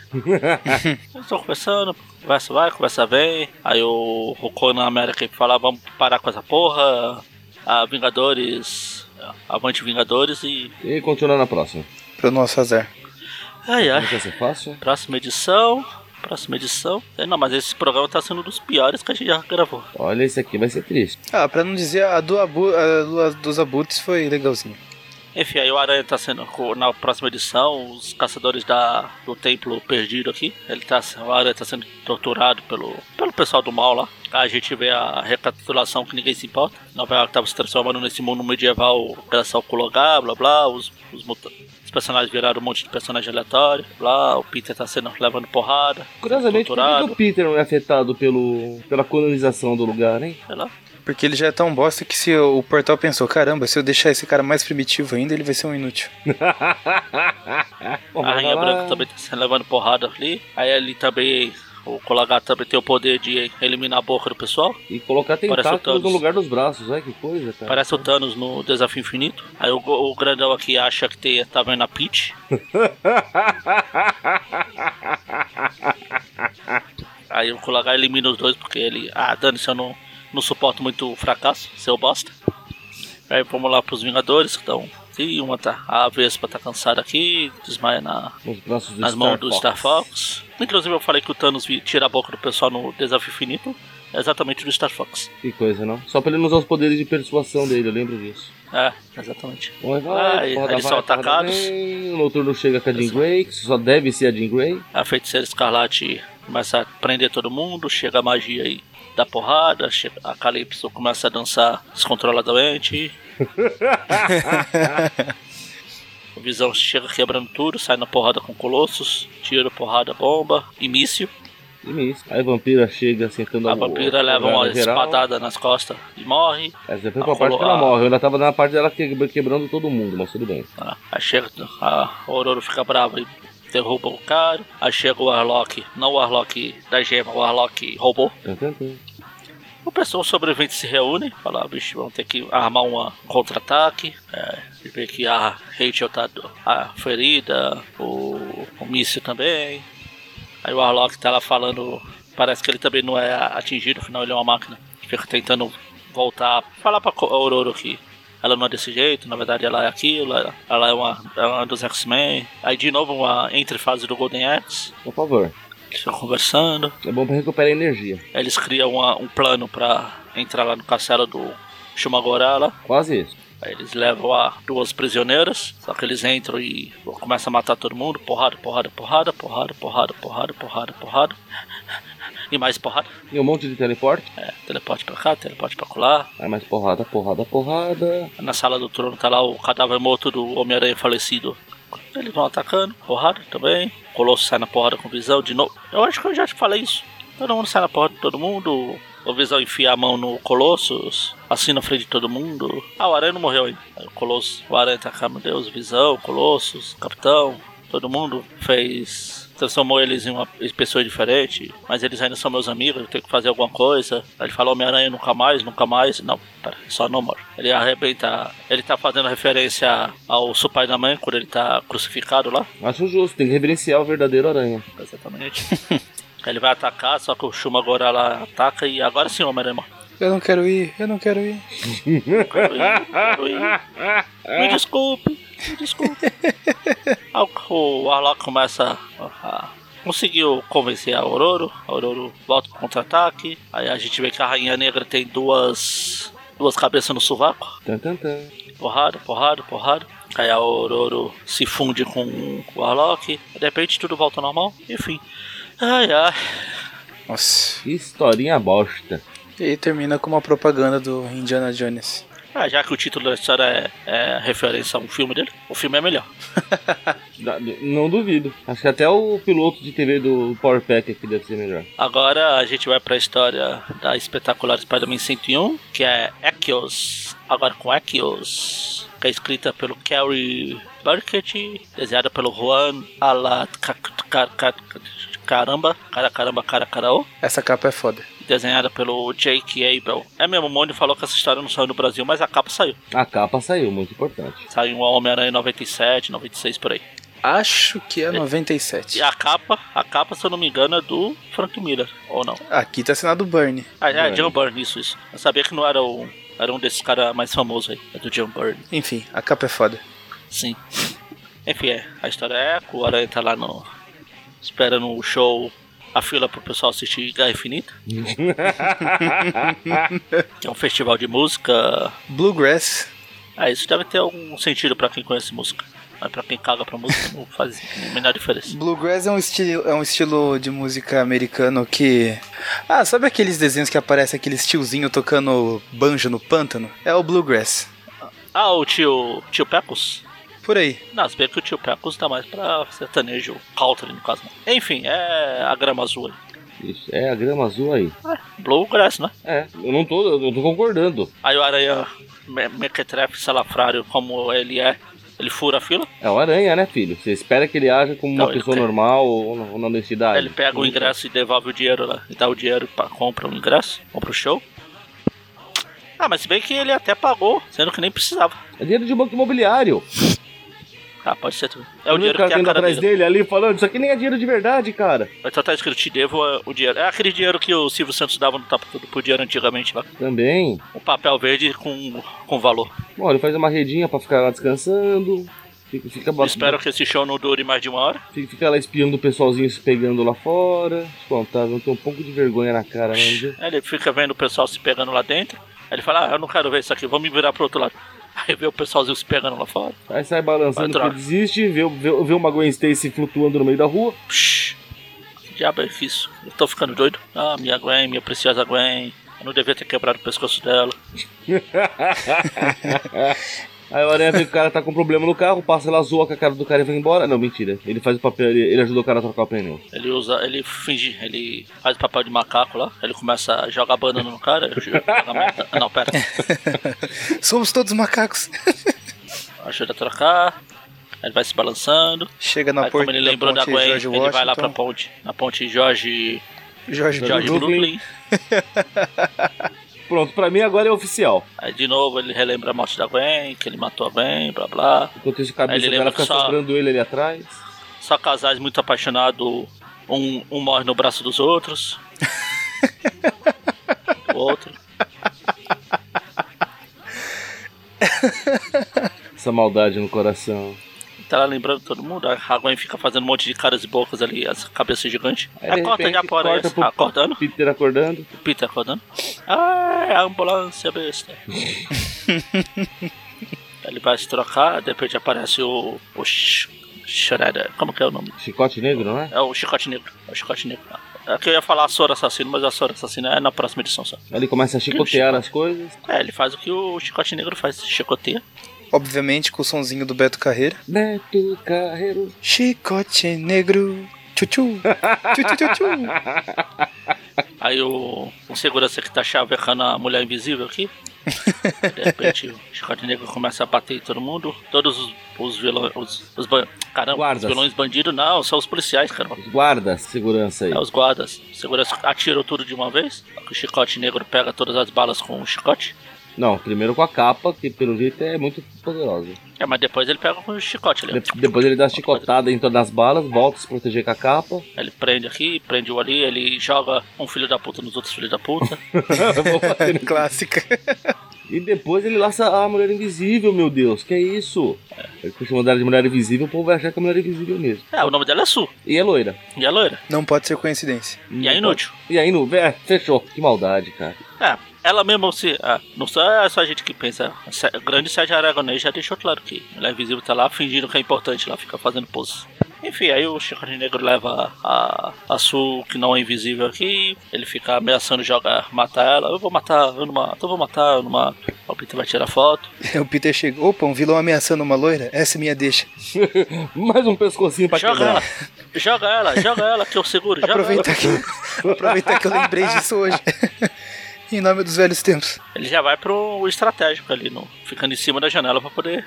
Eles estão conversando, conversa vai, conversa vem. Aí o, o Conan América fala, vamos parar com essa porra. A Vingadores. Avante Vingadores e. E continuar na próxima. Pro nosso azar. Ai Não ai. quer ser fácil? Próxima edição. Próxima edição. É, Não, mas esse programa tá sendo um dos piores que a gente já gravou. Olha, esse aqui vai ser triste. Ah, pra não dizer, a, do abu, a do- a dos Abutres foi legalzinho. Enfim, aí o Aranha tá sendo, co- na próxima edição, os caçadores da, do templo perdido aqui, ele tá, o Aranha tá sendo torturado pelo, pelo pessoal do mal lá. Aí a gente vê a recapitulação que ninguém se importa. Nova York tava se transformando nesse mundo medieval graças ao Kulogá, blá blá, os, os, muta- os personagens viraram um monte de personagem aleatório, lá, o Peter tá sendo levando porrada, sendo Curiosamente, por que que torturado, o Peter não é afetado pelo, pela colonização do [LAUGHS] lugar, hein? sei lá. Porque ele já é tão bosta que se o portal pensou, caramba, se eu deixar esse cara mais primitivo ainda, ele vai ser um inútil. Bom, A mas Rainha vai lá. Branca também tá sendo levando porrada ali. Aí ele também. O Colagar também tem o poder de eliminar a boca do pessoal. E colocar Parece o tentáculos no Thanos. lugar dos braços, ai que coisa, cara. [LAUGHS] Parece o Thanos no Desafio Infinito. Aí o, o grandão aqui acha que tem, tá vendo a Peach. Aí o Colagar elimina os dois porque ele. Ah, Dani, eu não, não suporto muito o fracasso, seu bosta. Aí vamos lá pros Vingadores, então. E uma tá. A Vespa tá cansada aqui, desmaia na, Nos braços do nas Star mãos do Fox. Star Fox. Inclusive eu falei que o Thanos vi- tira a boca do pessoal no Desafio Infinito. É exatamente do Star Fox. Que coisa, não? Só pra ele não usar os poderes de persuasão dele, eu lembro disso. É, exatamente. Bom, vai, Ai, porra da eles vai, são porra da atacados. vem. O noturno chega com a Jean Grey, que só deve ser a Jean Grey. A feiticeira escarlate começa a prender todo mundo, chega a magia aí da porrada, chega- a Calypso começa a dançar descontroladamente. o Visão chega quebrando tudo, sai na porrada com Colossus, tira porrada, bomba e míssil. E é isso. Aí a vampira chega sentando A vampira leva uma espadada nas costas e morre. Essa foi A pra parte que ela colo- a- morre. Eu ainda tava na parte dela que- quebrando todo mundo, mas tudo bem. Ah, Aí chega, a Ororo fica brava e derruba o cara. Aí chega o Warlock, não o Warlock da gema, o Warlock roubou. Tan, tan, tan. O pessoal sobrevivente se reúne, fala, "Ah, bicho, vamos ter que armar um ah, contra-ataque. É, e vê que a Rachel tá do- ah, ferida, o, o míssil também. Aí o Warlock tá lá falando, parece que ele também não é atingido, afinal ele é uma máquina. Fica tentando voltar, falar pra Co- Aurora que ela não é desse jeito, na verdade ela é aquilo, ela, ela é, uma, ela é uma dos X-Men. Aí de novo uma entre-fase do Golden X, Por favor. eles ficam conversando. É bom pra recuperar energia. Aí Eles criam uma- um plano pra entrar lá no castelo do Shumagorá lá. Quase isso. Aí eles levam a duas prisioneiras, só que eles entram e começam a matar todo mundo. Porrada, porrada, porrada, porrada, porrada, porrada, porrada, porrada. E mais porrada. E um monte de teleporte. É, teleporte pra cá, teleporte pra lá. Aí mais porrada, porrada, porrada. Na sala do trono tá lá o cadáver morto do Homem-Aranha falecido. Eles vão atacando, porrada também. Colosso sai na porrada com visão de novo. Eu acho que eu já te falei isso. Todo mundo sai na porrada de todo mundo. O Visão enfia a mão no Colossus, assim na frente de todo mundo. Ah, o Aranha não morreu ainda. Aí O Colossus, o Aranha tá meu Deus, Visão, Colossus, Capitão, todo mundo fez. Transformou eles em uma em pessoa diferente, mas eles ainda são meus amigos, eu tenho que fazer alguma coisa. Aí ele fala Homem-Aranha nunca mais, nunca mais. Não, pera, só no more. Ele arrebenta. Ele tá fazendo referência ao seu pai da mãe quando ele tá crucificado lá. Acho justo, tem que reverenciar o verdadeiro aranha. Exatamente. ele vai atacar, só que o Shuma agora lá ataca e agora sim o Homem-Aranha morre. Eu não quero ir, eu não quero ir. Quero ir, quero ir. Me desculpe, me desculpe. Aí o Warlock começa a. Conseguiu convencer a Aurora, a Aurora volta pro contra-ataque. Aí a gente vê que a Rainha Negra tem duas. duas cabeças no sovaco. Tan, tan, tan. Porrada, porrada, porrada. Aí a Aurora se funde com o Warlock. De repente tudo volta ao normal. Enfim. Ai ai. Nossa. Que historinha bosta. E aí termina com uma propaganda do Indiana Jones. Ah, já que o título da história é, é referência a um filme dele, o filme é melhor. Da- Não duvido. Acho que até o piloto de TV do Power Pack aqui deve ser melhor. Agora a gente vai pra história da espetacular Spider-Man 101, que é Echios, agora com Echios, que é escrita pelo Kerry Burkett, desenhada pelo Juan Alat Caramba, cara caramba, cara carao, Essa capa é foda. desenhada pelo Jake Abel. É mesmo, o Mônio falou que essa história não saiu no Brasil, mas a capa saiu. A capa saiu, muito importante. Saiu em Homem-Aranha 97, 96 por aí. Acho que é 97. E a capa, a capa, se eu não me engano, é do Frank Miller, ou não? Aqui tá assinado Burn. Ah, é, Burn. John Byrne, isso, isso. Eu sabia que não era o. Era um desses caras mais famosos aí, é do John Byrne. Enfim, a capa é foda. Sim. Enfim, é, a história é que o Aranha tá lá no. Esperando o show, a fila pro pessoal assistir Guerra Infinita. que é um festival de música Bluegrass. Ah, isso deve ter algum sentido pra quem conhece música. Mas pra quem caga pra música, não faz a menor diferença. Bluegrass é um, estilo, é um estilo de música americano que. Ah, sabe aqueles desenhos que aparece aqueles tiozinho tocando banjo no pântano? É o Bluegrass. Ah, o tio. Tio Pecos? Por aí. Não, se bem que o tio Pecos tá mais pra sertanejo, country no caso. né? Enfim, é a grama azul aí. Isso, é a grama azul aí. Bluegrass, né? É, eu não tô, eu não tô concordando. Aí o aranha me- mequetrefe salafrário, como ele é, ele fura a fila, É o aranha, né, filho? Você espera que ele haja como Não, uma ele pessoa tem- normal ou na, ou na honestidade. ele pega o ingresso e devolve o dinheiro lá. E dá o dinheiro pra compra o ingresso, compra o show. Ah, mas se bem que ele até pagou, sendo que nem precisava. É dinheiro de banco imobiliário. Ah, pode ser também. É o Não dinheiro que cara tem a indo cara atrás dele. dele. ali falando, isso aqui nem é dinheiro de verdade, cara. Mas só tá escrito, te devo é, o dinheiro. É aquele dinheiro que o Silvio Santos dava no tapa tudo pro dinheiro antigamente lá. Também. Um papel verde com, com valor. Bom, ele faz uma redinha pra ficar lá descansando. Fica, fica, Eu espero que esse show não dure mais de uma hora. fica, fica lá espiando o pessoalzinho se pegando lá fora. Os fantasmas tem um pouco de vergonha na cara, né? Aí Ele fica vendo o pessoal se pegando lá dentro. Aí ele fala, ah, eu não quero ver isso aqui, vamos me virar pro outro lado. [LAUGHS] Aí vê o pessoalzinho se pegando lá fora. Aí sai balançando Vai, que troca. desiste, vê, vê, vê uma Gwen Stacy flutuando no meio [LAUGHS] da rua. Psh, que diabo é isso? Eu tô ficando doido. Ah, minha Gwen, minha preciosa Gwen. Eu não devia ter quebrado o pescoço dela. Aí o Aranha vê que o cara tá com problema no carro, passa lá, zoa com a cara do cara e vai embora. Não, mentira. Ele faz o papel, ele, ele ajuda o cara a trocar o pneu. Ele usa, ele finge, ele faz o papel de macaco lá. Ele começa a jogar banana no cara. joga a [LAUGHS] mata- não, pera. Somos todos macacos. [LAUGHS] Ajuda a trocar. Aí Ele vai se balançando. Chega na Aí, como porta ele da lembrou da ponte Gwen, George ele Washington. vai lá pra ponte. Na ponte Jorge, George Jorge Bush. Brooklyn. Brooklyn. Pronto, pra mim agora é oficial. Aí de novo ele relembra a morte da Gwen, que ele matou a Gwen, blá blá. Enquanto isso, o cabeça Aí ele o cara lembra fica que só- sobrando ele ali atrás. Só casais muito apaixonados, um, um morre no braço dos [LAUGHS] outros. o outro. Essa maldade no coração. Tá lá lembrando todo mundo. A Gwen fica fazendo um monte de caras e bocas ali, as cabeças gigantes. Aí, Aí de corta repente, já por aí, corta pro- acordando. Peter acordando. O Peter acordando. Ah, é a ambulância [LAUGHS] besta. ele vai se trocar, de repente aparece o. o Sh- Shredder. Como que é o nome? Chicote negro, não é? É o Chicote Negro. É o Chicote Negro. É que eu ia falar a Sora Assassino, mas a Sora Assassina é na próxima edição só. Aí ele começa a chicotear as coisas. É, ele faz o que o Chicote Negro faz, chicoteia. Obviamente com o sonzinho do Beto Carreira. Neto Carreiro. Chicote negro. Tchutchu. Tchutchu, tchutchu. Aí o, o segurança que tá chavecando a mulher invisível aqui. De repente o Chicote Negro começa a bater em todo mundo. Todos os, os vilões. Os, os ban- caramba, Guardas. os vilões bandidos, não, são os policiais, caramba. Os guardas, segurança aí. É, os guardas. O segurança atirou tudo de uma vez. O Chicote Negro pega todas as balas com o chicote. Não, primeiro com a capa, que pelo jeito é muito poderosa. É, mas depois ele pega com o chicote ali. De- depois ele dá a chicotada em todas as balas, volta a se proteger com a capa. Ele prende aqui, prende o ali, ele joga um filho da puta nos outros filhos da puta. Vou bater no- Clássica. e depois ele laça a mulher invisível, meu Deus, que é isso? Ele costuma dar de mulher invisível, o povo vai achar que é mulher invisível mesmo. [LAUGHS] é, o nome dela é Su, E é loira. e é loira, Não pode ser coincidência. e é inútil. E aí, no... é, fechou. Que maldade, cara. É, ela mesma se. ah, não só é só a gente que pensa. O Sé- o grande Sérgio Aragonês já deixou claro que ela invisível tá lá fingindo que é importante lá, fica fazendo pose. Enfim, aí o Chico de Negro leva a, a Su, que não é invisível aqui, ele fica ameaçando jogar, matar ela. Eu vou matar, eu não mato, eu vou matar, eu não mato. O Peter vai tirar foto. É O Peter chega. Opa, um vilão ameaçando uma loira? Essa é minha deixa. Mais um pescocinho pra joga quebrar. ela, joga ela, joga ela que eu seguro, joga ela. Aproveitar que, [LAUGHS] aproveitar que eu lembrei disso hoje. [LAUGHS] em nome dos velhos tempos. Ele já vai pro estratégico ali, no, ficando em cima da janela pra poder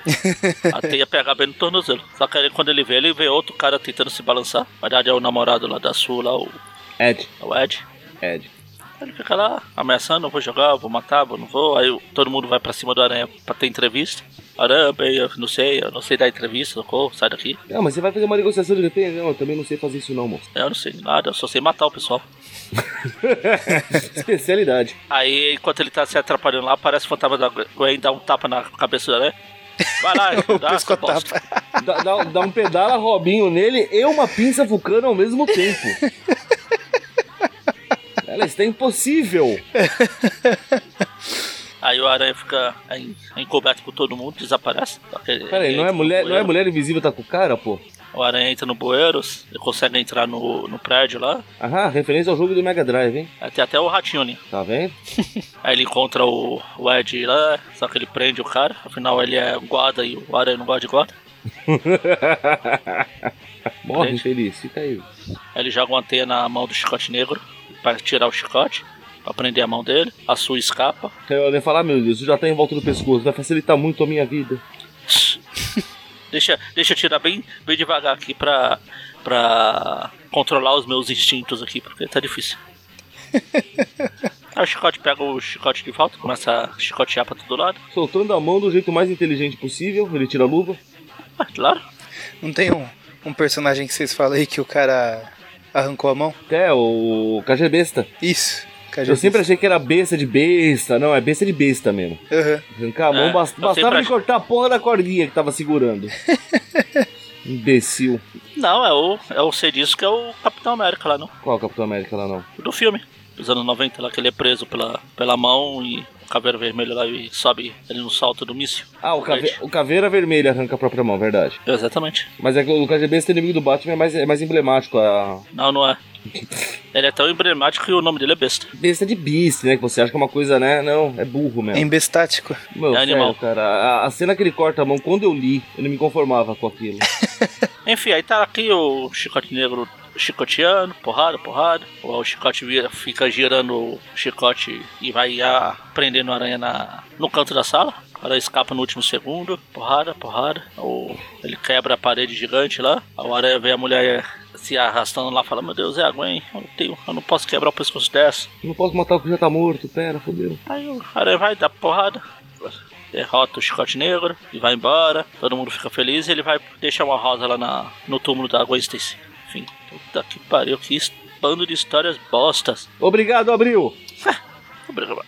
a teia pegar bem no tornozelo. Só que aí, quando ele vê, ele vê outro cara tentando se balançar. Na verdade é o namorado lá da Sul, lá, o, Ed, é o Ed. Ed. Ele fica lá ameaçando, eu vou jogar, eu vou matar, eu não vou. Aí o- todo mundo vai pra cima do Aranha pra ter entrevista. Aranha, bem, eu não sei, eu não sei dar entrevista, socorro, sai daqui. Não, mas você vai fazer uma negociação de repente? Não, eu também não sei fazer isso não, moço. [LAUGHS] "É, Eu não sei de nada, eu só sei matar o pessoal. Especialidade. Aí, enquanto ele tá se atrapalhando lá, aparece o fantasma da Gwen, dá um tapa na cabeça do Aranha. Vai lá, dá essa pescotapa. bosta. Dá, dá- dá um pedala Robinho nele e uma pinça vulcana ao mesmo tempo. tá Ela está impossível. Aí Aí o Aranha fica en- encoberto por todo mundo, desaparece. Só que ele- Peraí, ele não é entra no mulher, não é bueiro. mulher invisível tá com o cara, pô? O Aranha entra no bueiro, ele consegue entrar no, no prédio lá. Aham, referência ao jogo do Mega Drive, hein? Aí Tem até o ratinho ali. Tá vendo? [LAUGHS] Aí ele encontra o, o Ed lá, só que ele prende o cara. Afinal, ele é guarda e o Aranha não gosta de guarda. Morre, Gente. infeliz, fica aí. Aí ele joga uma teia na mão do chicote negro para tirar o chicote, pra prender a mão dele. A sua escapa. Eu ia falar, meu Deus, isso já tá em volta do pescoço, vai facilitar muito a minha vida. Deixa, deixa eu tirar bem, bem devagar aqui pra, pra controlar os meus instintos aqui, porque tá difícil. Aí o chicote pega o chicote de volta, começa a chicotear pra todo lado. Soltando a mão do jeito mais inteligente possível, ele tira a luva. Ah, claro. Não tem um, um personagem que vocês falam aí que o cara arrancou a mão? Até o KG Besta. Isso. que a Eu gente- sempre achei que era besta de besta, não, é besta de besta mesmo. Aham. Arrancar a mão, É, bas- eu bastava sempre ele cortar a porra da cordinha que tava [LAUGHS] segurando. Imbecil. Não, é o, é o Cedisco que é o Capitão América lá, não. Qual Capitão América lá não? Do filme. Dos anos 90 lá, que ele é preso pela, pela mão e o cabelo vermelho lá e sobe ele no salto do míssil. Ah, o, cave- o Caveira Vermelha arranca a própria mão, verdade. Exatamente. Mas é que o KGB, esse inimigo do Batman, é mais, é mais emblemático. A Não, não é. Ele é tão emblemático que o nome dele é besta. besta de Beast, né? Que você acha que é uma coisa, né? Não, é burro É mesmo. embestático. Meu, É sério, animal. cara. A, a cena que ele corta a mão, quando eu li, eu não me conformava com aquilo. Enfim, aí tá aqui o chicote negro chicoteando, porrada, porrada. O chicote vira- fica girando o chicote e vai ah, prendendo a aranha na, no canto da sala. Ela escapa no último segundo, porrada, porrada. O, ele quebra a parede gigante lá. A aranha vê a mulher se arrastando lá fala: Meu Deus, é água, hein? Eu, não tenho, eu não posso quebrar o pescoço dessa. não posso matar o que já tá morto, pera, fodeu. Aí o aranha vai dar porrada. Derrota o chicote negro e vai embora. Todo mundo fica feliz e ele vai deixar uma rosa lá na, no túmulo da Gwen Stacy. Enfim, puta que pariu, que es- bando de histórias bostas. Obrigado, Abril!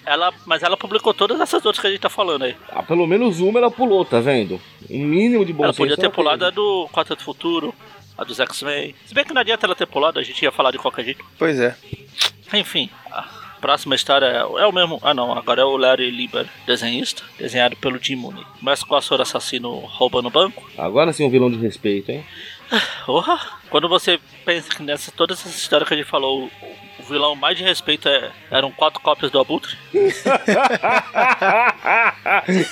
Ela, mas ela publicou todas essas outras que a gente tá falando aí. Ah, pelo menos uma ela pulou, tá vendo? Um mínimo de bom é ela senso podia ter ela pulado a teve. do Quarteto Futuro, a dos X-Men. Se bem que não adianta ela ter pulado, a gente ia falar de qualquer jeito. Pois é. Enfim, a próxima história é, é o mesmo. Ah, não, agora é o Larry Lieber, desenhista, desenhado pelo Jim Mooney. Mas com a Sora Assassino roubando o banco. Agora sim, um vilão de respeito, hein? Porra! Quando você pensa que nessa todas essas histórias que a gente falou, o- o vilão mais de respeito é- eram quatro cópias do Abutre.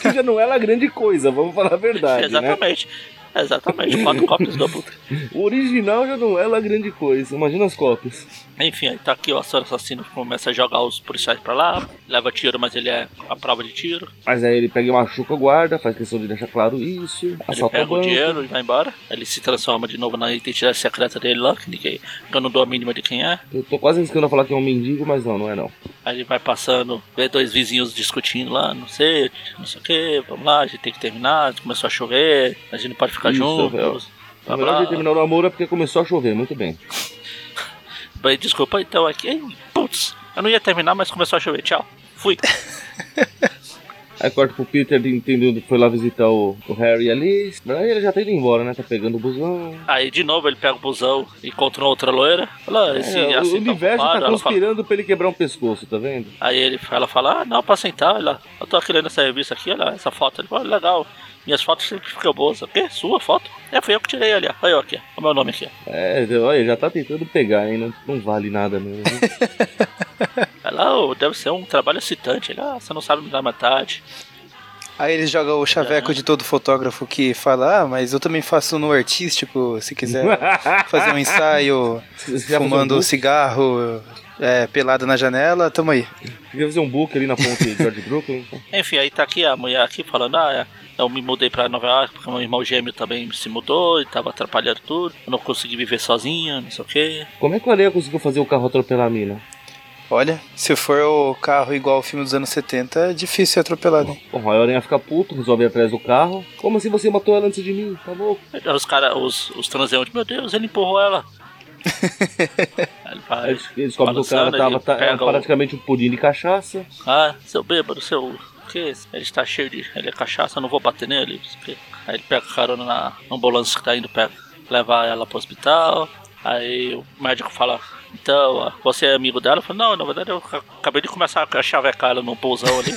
que já não é lá grande coisa, vamos falar a verdade, né? exatamente. Exatamente, [LAUGHS] quatro cópias do Abutre. O original já não é lá grande coisa, imagina as cópias. Enfim, aí tá aqui o Açor Assassino começa a jogar os policiais pra lá, leva tiro, mas ele é a prova de tiro. Mas aí ele pega e machuca o guarda, faz questão de deixar claro isso, Ele assalta o pega o banco. dinheiro e vai embora. Ele se transforma de novo na identidade secreta dele lá, que ninguém, que eu não dou a mínima de quem é. Eu tô quase arriscando a falar que é um mendigo, mas não, não é não. Aí ele vai passando, vê dois vizinhos discutindo lá, não sei, não sei o que, vamos lá, a gente tem que terminar, começou a chover, a gente não pode ficar Isso, é, junto. velho. Blá, Na verdade, blá. ele terminou o namoro é porque começou a chover, muito bem. Falei, desculpa, então aqui. Ei, Putz, eu não ia terminar, mas começou a chover. Tchau. [LAUGHS] Fui. Aí corta pro Peter entendendo que foi lá visitar o, o Harry e a Liz. Na verdade, ele já tá indo embora, né? Tá pegando o busão. Aí de novo ele pega o busão e encontra uma outra loira. Fala, esse É, o assim tá universo ocupado. tá Ela fala- conspirando pra ele quebrar um pescoço, tá vendo? Aí ele, ela fala, ah, não, pra sentar, olha, eu tô aqui lendo essa revista aqui, olha essa foto. Ele fala, "Ah, legal, minhas fotos sempre ficam boas. O quê? Sua foto? É, fui eu que tirei ali, ó. Olha eu aqui, ó. o meu nome aqui. ó. É, olha, já tá tentando pegar, hein? Não, não vale nada mesmo. né? Ela, "Oh, deve ser um trabalho excitante. Ele, ah, você não sabe me dar metade. Aí ele joga o chaveco de todo fotógrafo que fala, ah, mas eu também faço no artístico, se quiser fazer [LAUGHS] um ensaio Você quer fazer um fumando book? cigarro, é, pelado na janela, tamo aí. Você quer fazer um book ali na ponte de George Brooklyn? Enfim, aí tá aqui a mulher aqui falando, ah, eu me mudei pra Nova York porque meu irmão gêmeo também se mudou e tava atrapalhando tudo. Eu não consegui viver sozinha, não sei o quê. Como é que o Areia conseguiu fazer o carro atropelar a mina? Olha, se for o carro igual o filme dos anos 70, é difícil ser atropelado, hein? Bom, aí o Aranha fica puto, resolve ir atrás do carro. Como assim você matou ela antes de mim? Tá louco? Aí Os caras, os, os transeuntes, meu Deus, ele empurrou [LAUGHS] ela. Aí ele Aí vai, eles- eles descobrem que o cara balançando, tava ele tá- era pega o- praticamente um pudim de cachaça. ah, seu bêbado, seu. Que é ele está cheio de. Ele é cachaça, eu não vou bater nele. não sei o quê. Aí ele pega carona na ambulância que tá indo pega, levar ela pro hospital. Aí o médico fala, então, ó, você é amigo dela? Eu falo, não, na verdade eu ac- acabei de começar a chavecar ela no pousão ali.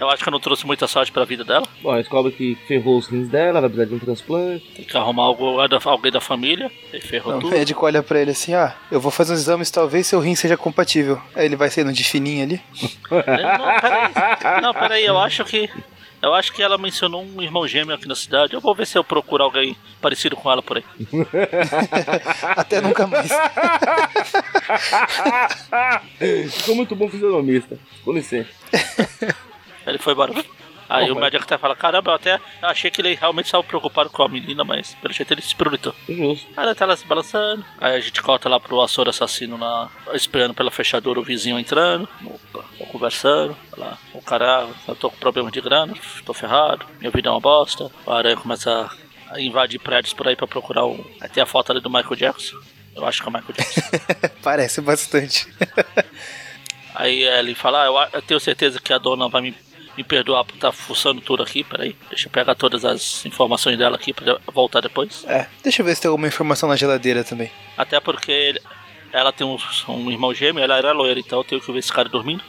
Eu acho que eu não trouxe muita sorte pra vida dela. Bom, a descobre que ferrou os rins dela, vai precisar de um transplante. Tem que arrumar algo, alguém da família. Aí ferrou Então, o tudo. médico olha pra ele assim, ah, eu vou fazer uns exames, talvez seu rim seja compatível. Aí ele vai saindo de fininho ali. Não, peraí. Não, peraí, eu acho que. Eu acho que ela mencionou um irmão gêmeo aqui na cidade. Eu vou ver se eu procuro alguém parecido com ela por aí. Até nunca mais. [LAUGHS] [LAUGHS] Ficou muito bom fisionomista. Com licença. Aí Ele foi embora. Aí o médico até fala, caramba, eu até achei que ele realmente estava preocupado com a menina, mas pelo jeito ele se prioritou. Justo. Aí ela tá lá se balançando. Aí a gente corta lá pro Açor assassino lá, esperando pela fechadura, o vizinho entrando, opa, tô conversando. Lá, o cara, eu tô com problema de grana, tô ferrado, minha vida é uma bosta. A aranha começa a invadir prédios por aí pra procurar um. Aí tem a foto ali do Michael Jackson. Eu acho que é o Michael Jackson. Parece bastante. Aí ele fala, ah, eu a- eu tenho certeza que a dona vai me, me perdoar por estar fuçando tudo aqui, peraí. Deixa eu pegar todas as informações dela aqui pra voltar depois. É, [LAUGHS] deixa eu ver se tem alguma informação na geladeira também. Até porque ele- ela tem um, um irmão gêmeo, ela era loira, então eu tenho que ver esse cara dormindo.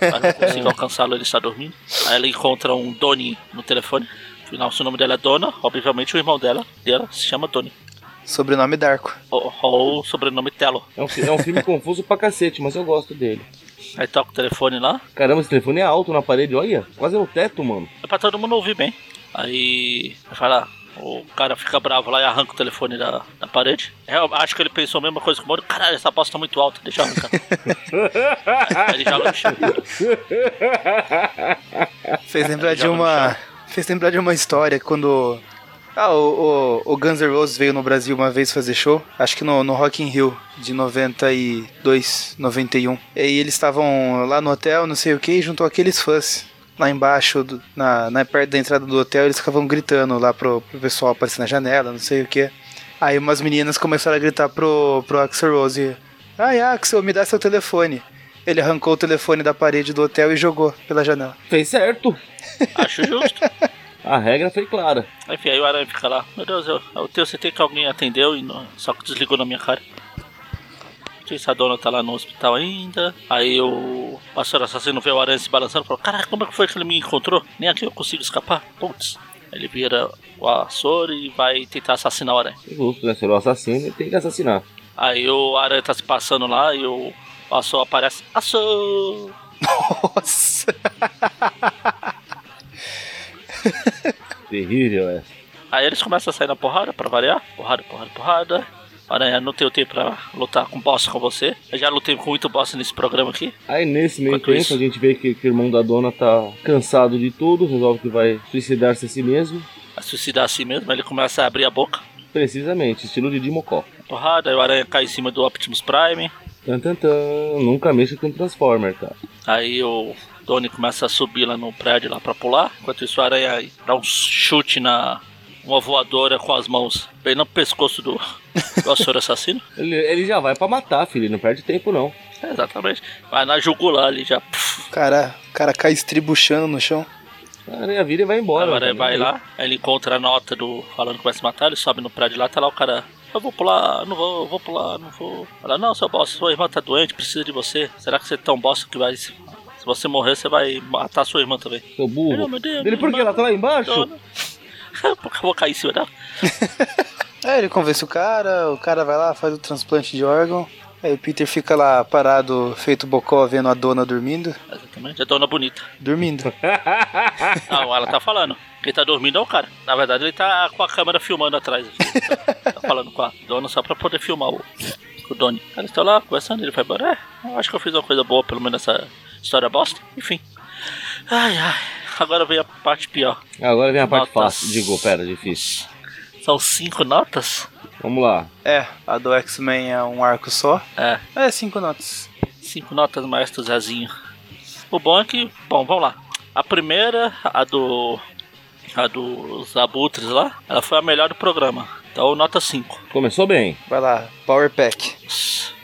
Mas não consigo alcançá-lo, ele está dormindo. Aí ela encontra um Doni no telefone. Afinal, se o nome dela é Dona, obviamente o irmão dela, dela se chama Doni. Sobrenome Darko. Ou, ou o sobrenome Telo. É um, fi- é um filme confuso pra cacete, mas eu gosto dele. Aí toca o telefone lá, Caramba, esse telefone é alto na parede, olha. Quase no teto, mano. É pra todo mundo ouvir bem. Aí vai lá, o cara fica bravo lá e arranca o telefone da, da parede. É, Eu acho que ele pensou a mesma coisa que o Moro. Caralho, essa bosta tá muito alta, deixa eu arrancar. Aí ele joga no chão. [LAUGHS] Fez lembrar de Joga no uma. Fez lembrar de uma história quando. Ah, o, o, o Guns N' Roses veio no Brasil uma vez fazer show, acho que no, no Rock in Rio, de 92, 91. E aí eles estavam lá no hotel, não sei o que, e juntou aqueles fãs lá embaixo, do- na, na perto da entrada do hotel, eles ficavam gritando lá pro, pro pessoal aparecer na janela, não sei o que. Aí umas meninas começaram a gritar pro, pro Axel Rose, ai Axel, me dá seu telefone. Ele arrancou o telefone da parede do hotel e jogou pela janela. Fez certo. Acho justo. A regra foi clara. Enfim, aí o Aranha fica lá. Meu Deus, eu, eu tenho certeza que alguém atendeu e não- só que desligou na minha cara. Não sei se a dona tá lá no hospital ainda. Aí o pastor assassino vê o aranha se balançando e fala: Caraca, como é que foi que ele me encontrou? Nem aqui eu consigo escapar. Putz. Ele vira o Açor e vai tentar assassinar o aranha. Justo, né? Se ele é o assassino, ele tem que assassinar. Aí o aranha tá se passando lá e o Açor aparece: Açor! Nossa! Terrível é. essa. Aí eles começam a sair na porrada pra variar. Porrada, porrada, porrada. Aranha, não tenho tempo pra lutar com boss com você. Eu já lutei com muito boss nesse programa aqui. Aí nesse meio Enquanto tempo isso- a gente vê que, que o irmão da dona tá cansado de tudo, resolve que vai suicidar-se a si mesmo. a suicidar a si mesmo, ele começa a abrir a boca, Precisamente, estilo de Dimocó. porrada, aí o aranha cai em cima do Optimus Prime, Tan, tan, tan. Nunca mexa com Transformer, cara. aí o Tony começa a subir lá no prédio lá pra pular, enquanto isso o aranha dá um chute na uma voadora com as mãos bem no pescoço do, do açor assassino. Ele, ele já vai pra matar, filho, ele não perde tempo não. É, exatamente. Vai na jugular ali já. puf, Cara, o cara cai estribuchando no chão. A aranha vira e vai embora. aí o aranha cara. vai lá, aí ele encontra a nota do falando que vai se matar, ele sobe no prédio lá, tá lá o cara. Eu vou pular, não vou, eu vou pular, não vou. Ela, não, seu bosta, sua irmã tá doente, precisa de você. Será que você é tão bosta que vai. Se se você morrer, você vai matar sua irmã também. [LAUGHS] Seu burro. Não, meu Deus, ele, por que? Ela tá lá embaixo? Dona. Porque eu vou cair em cima dela. Aí ele convence o cara, o cara vai lá, faz o transplante de órgão. Aí o Peter fica lá parado, feito bocó, vendo a dona dormindo. Exatamente, a dona bonita. Dormindo. Não, ela tá falando. Quem tá dormindo é o cara. Na verdade, ele tá com a câmera filmando atrás. assim. Tá, tá falando com a dona só pra poder filmar o, o Doni. Eles estão lá conversando, ele vai embora. É, eu acho que eu fiz uma coisa boa, pelo menos essa história bosta. Enfim. Ai, ai. Agora vem a parte pior. Agora vem a parte Notas. fácil. Digo, pera, difícil. São cinco notas? Vamos lá. [LAUGHS] É, a do X-Men é um arco só. É, É, cinco notas. cinco notas, maestro Zezinho. O bom é que. Bom, vamos lá. A primeira, a do. A dos abutres lá, ela foi a melhor do programa. Então, nota 5. Começou bem. [LAUGHS] Vai lá, Power Pack. [LAUGHS]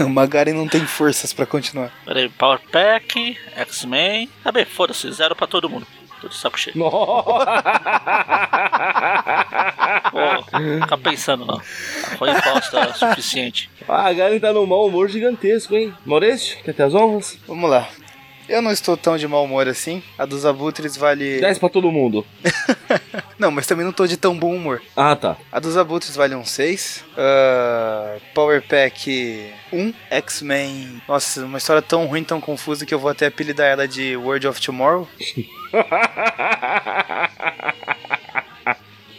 o Magari não tem forças pra continuar. Peraí, Power Pack, X-Men. Ah, bem, foda-se, zero pra todo mundo. Tô de saco [LAUGHS] cheio. Pô, não fica pensando não. Foi imposta o suficiente. Ah, a Garen tá num mau humor gigantesco, hein? Maurício, quer ter as honras? Vamos lá. Eu não estou tão de mau humor assim. A dos abutres vale. 10 pra todo mundo. Não, mas também não tô de tão bom humor. Ah, tá. [LAUGHS] A dos abutres vale um 6. Ah, Power Pack 1. X-Men. Nossa, uma história tão ruim, tão confusa que eu vou até apelidar ela de World of Tomorrow.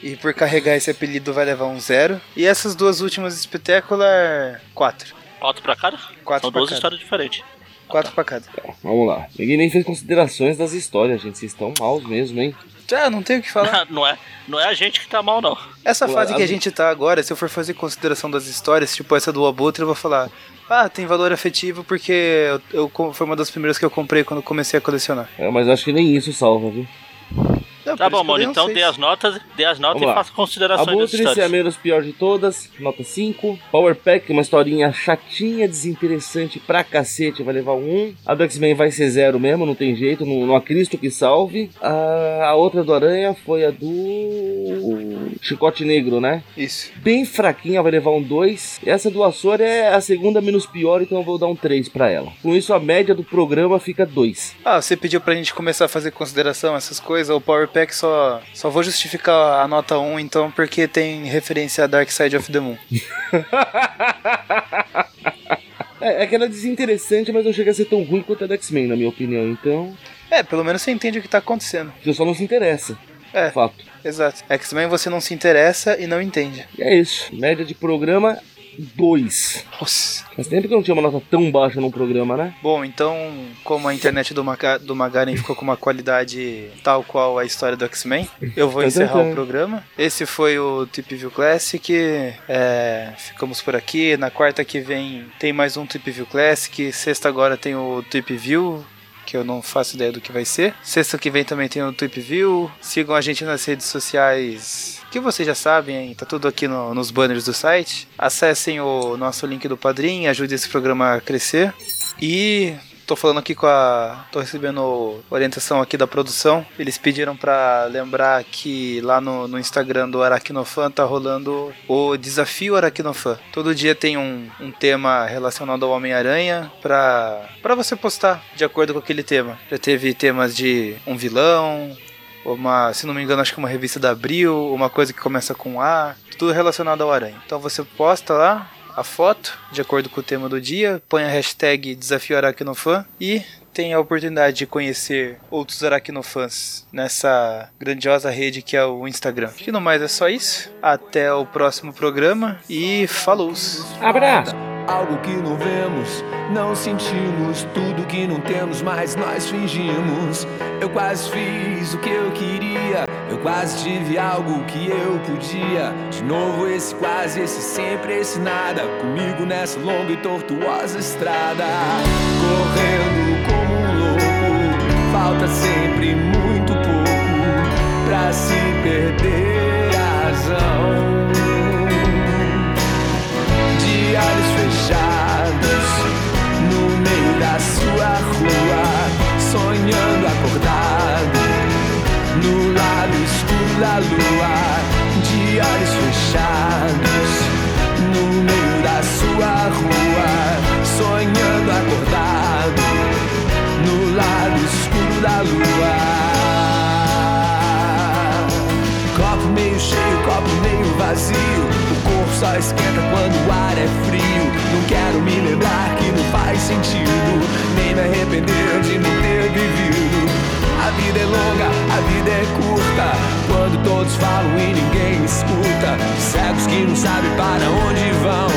E por carregar esse apelido vai levar um 0. E essas duas últimas espetáculas, 4. Quatro pra cada? Quatro São pra duas cada. histórias diferentes. 4 pra cada. Vamos lá. Ninguém nem fez considerações das histórias, gente. Vocês estão maus mesmo, hein? Já, não tenho o que [LAUGHS] falar. não, é, não é a gente que tá mal, não. Essa Pô, fase que a- a gente tá agora, se eu for fazer consideração das histórias, tipo essa do Abutre, eu vou falar. Ah, tem valor afetivo porque eu, eu com- foi uma das primeiras que eu comprei quando comecei a colecionar. É, mas eu acho que nem isso salva, viu? Não, Tá por bom, isso que eu mano, dei um então seis. dê as notas, dê as notas Vamos e lá. faça considerações das Abutres é a histórias. menos pior de todas, nota 5. Power Pack, uma historinha chatinha, desinteressante pra cacete, vai levar um. A do X-Men vai ser zero mesmo, não tem jeito, não, não há Cristo que salve. A, a outra do Aranha foi a do. Chicote Negro, né? Isso. Bem fraquinha, vai levar um 2. Essa do Açor é a segunda menos pior, então eu vou dar um 3 pra ela. Com isso, a média do programa fica 2. Ah, você pediu pra gente começar a fazer consideração essas coisas, o Power Pack só, só vou justificar a nota 1 então, porque tem referência a Dark Side of the Moon. É, é que ela é desinteressante, mas não chega a ser tão ruim quanto a do X-Men, na minha opinião, então. É, pelo menos você entende o que tá acontecendo. Você só não se interessa. É. Fato. Exato. X-Men você não se interessa e não entende. E é isso. Média de programa 2. Nossa. Faz tempo que eu não tinha uma nota tão baixa num programa, né? Bom, então, como a internet do, Maca do Magaren ficou com uma qualidade tal qual a história do X-Men, eu vou Tá encerrar tentando. o programa. Esse foi o Tip View Classic. é, ficamos por aqui. Na quarta que vem tem mais um Tip View Classic. Sexta agora tem o Tip View. Que eu não faço ideia do que vai ser. Sexta que vem também tem o Tip View. Sigam a gente nas redes sociais, que vocês já sabem, hein? tá tudo aqui no- nos banners do site. Acessem o nosso link do Padrim, ajudem esse programa a crescer. E tô falando aqui com a. tô recebendo orientação aqui da produção. Eles pediram pra lembrar que lá no, no Instagram do Aracnofan tá rolando o Desafio Aracnofan. Todo dia tem um, um tema relacionado ao Homem-Aranha pra, pra você postar de acordo com aquele tema. Já teve temas de um vilão. Uma, se não me engano, acho que uma revista da Abril, uma coisa que começa com A, tudo relacionado ao Aranha. Então você posta lá, a foto, de acordo com o tema do dia, põe a hashtag Desafio Aracnofan e tem a oportunidade de conhecer outros aracnofãs nessa grandiosa rede que é o Instagram. E no mais é só isso. Até o próximo programa e falou! Abraço! Algo que não vemos, não sentimos tudo que não temos, mas nós fingimos. Eu quase fiz o que eu queria, eu quase tive algo que eu podia. De novo, esse quase, esse sempre, esse nada. Comigo nessa longa e tortuosa estrada, correndo como um louco. Falta sempre muito pouco pra se perder a razão de olhos fechados no meio da sua rua, sonhando acordado no lado escuro da lua, de olhos fechados no meio da sua rua, sonhando acordado no lado escuro da lua. Copo meio cheio, copo meio vazio. O corpo só esquenta quando o ar é frio. Não quero me lembrar que não faz sentido. Nem me arrepender de não ter vivido. A vida é longa, a vida é curta. Quando todos falam e ninguém escuta. Cegos que não sabem para onde vão.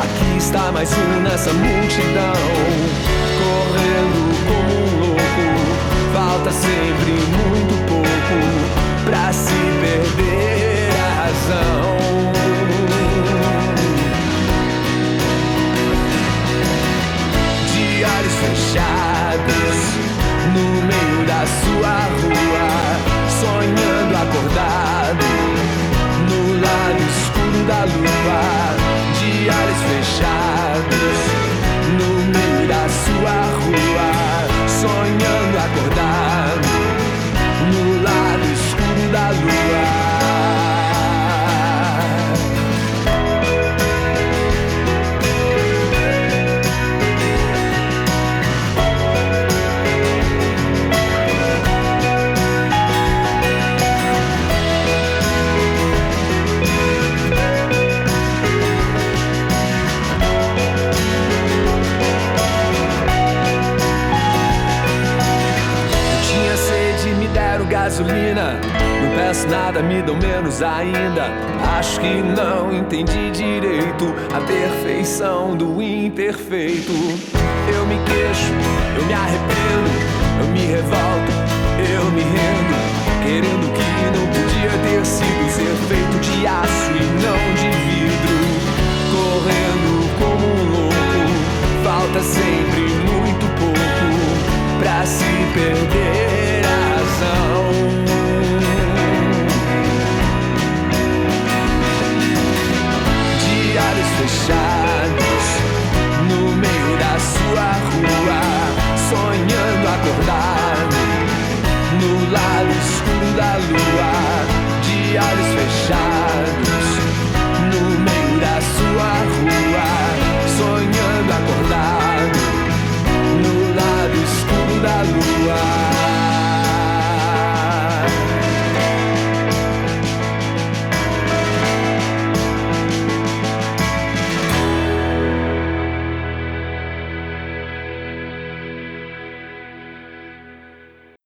Aqui está mais um nessa multidão. Correndo como um louco. Falta sempre muito pouco pra se perder a razão. De olhos fechados no meio da sua rua, sonhando acordado no lado escuro da lua. De olhos fechados no meio da sua rua, sonhando acordado no lado escuro da lua. gasolina. Não peço nada, me dão menos ainda. Acho que não entendi direito a perfeição do imperfeito. Eu me queixo, eu me arrependo, eu me revolto, eu me rendo. Querendo que não podia ter sido ser feito de aço e não de vidro. Correndo como um louco, falta sempre muito pouco pra se perder a razão. de olhos fechados no meio da sua rua, sonhando acordar no lado escuro da lua, de olhos fechados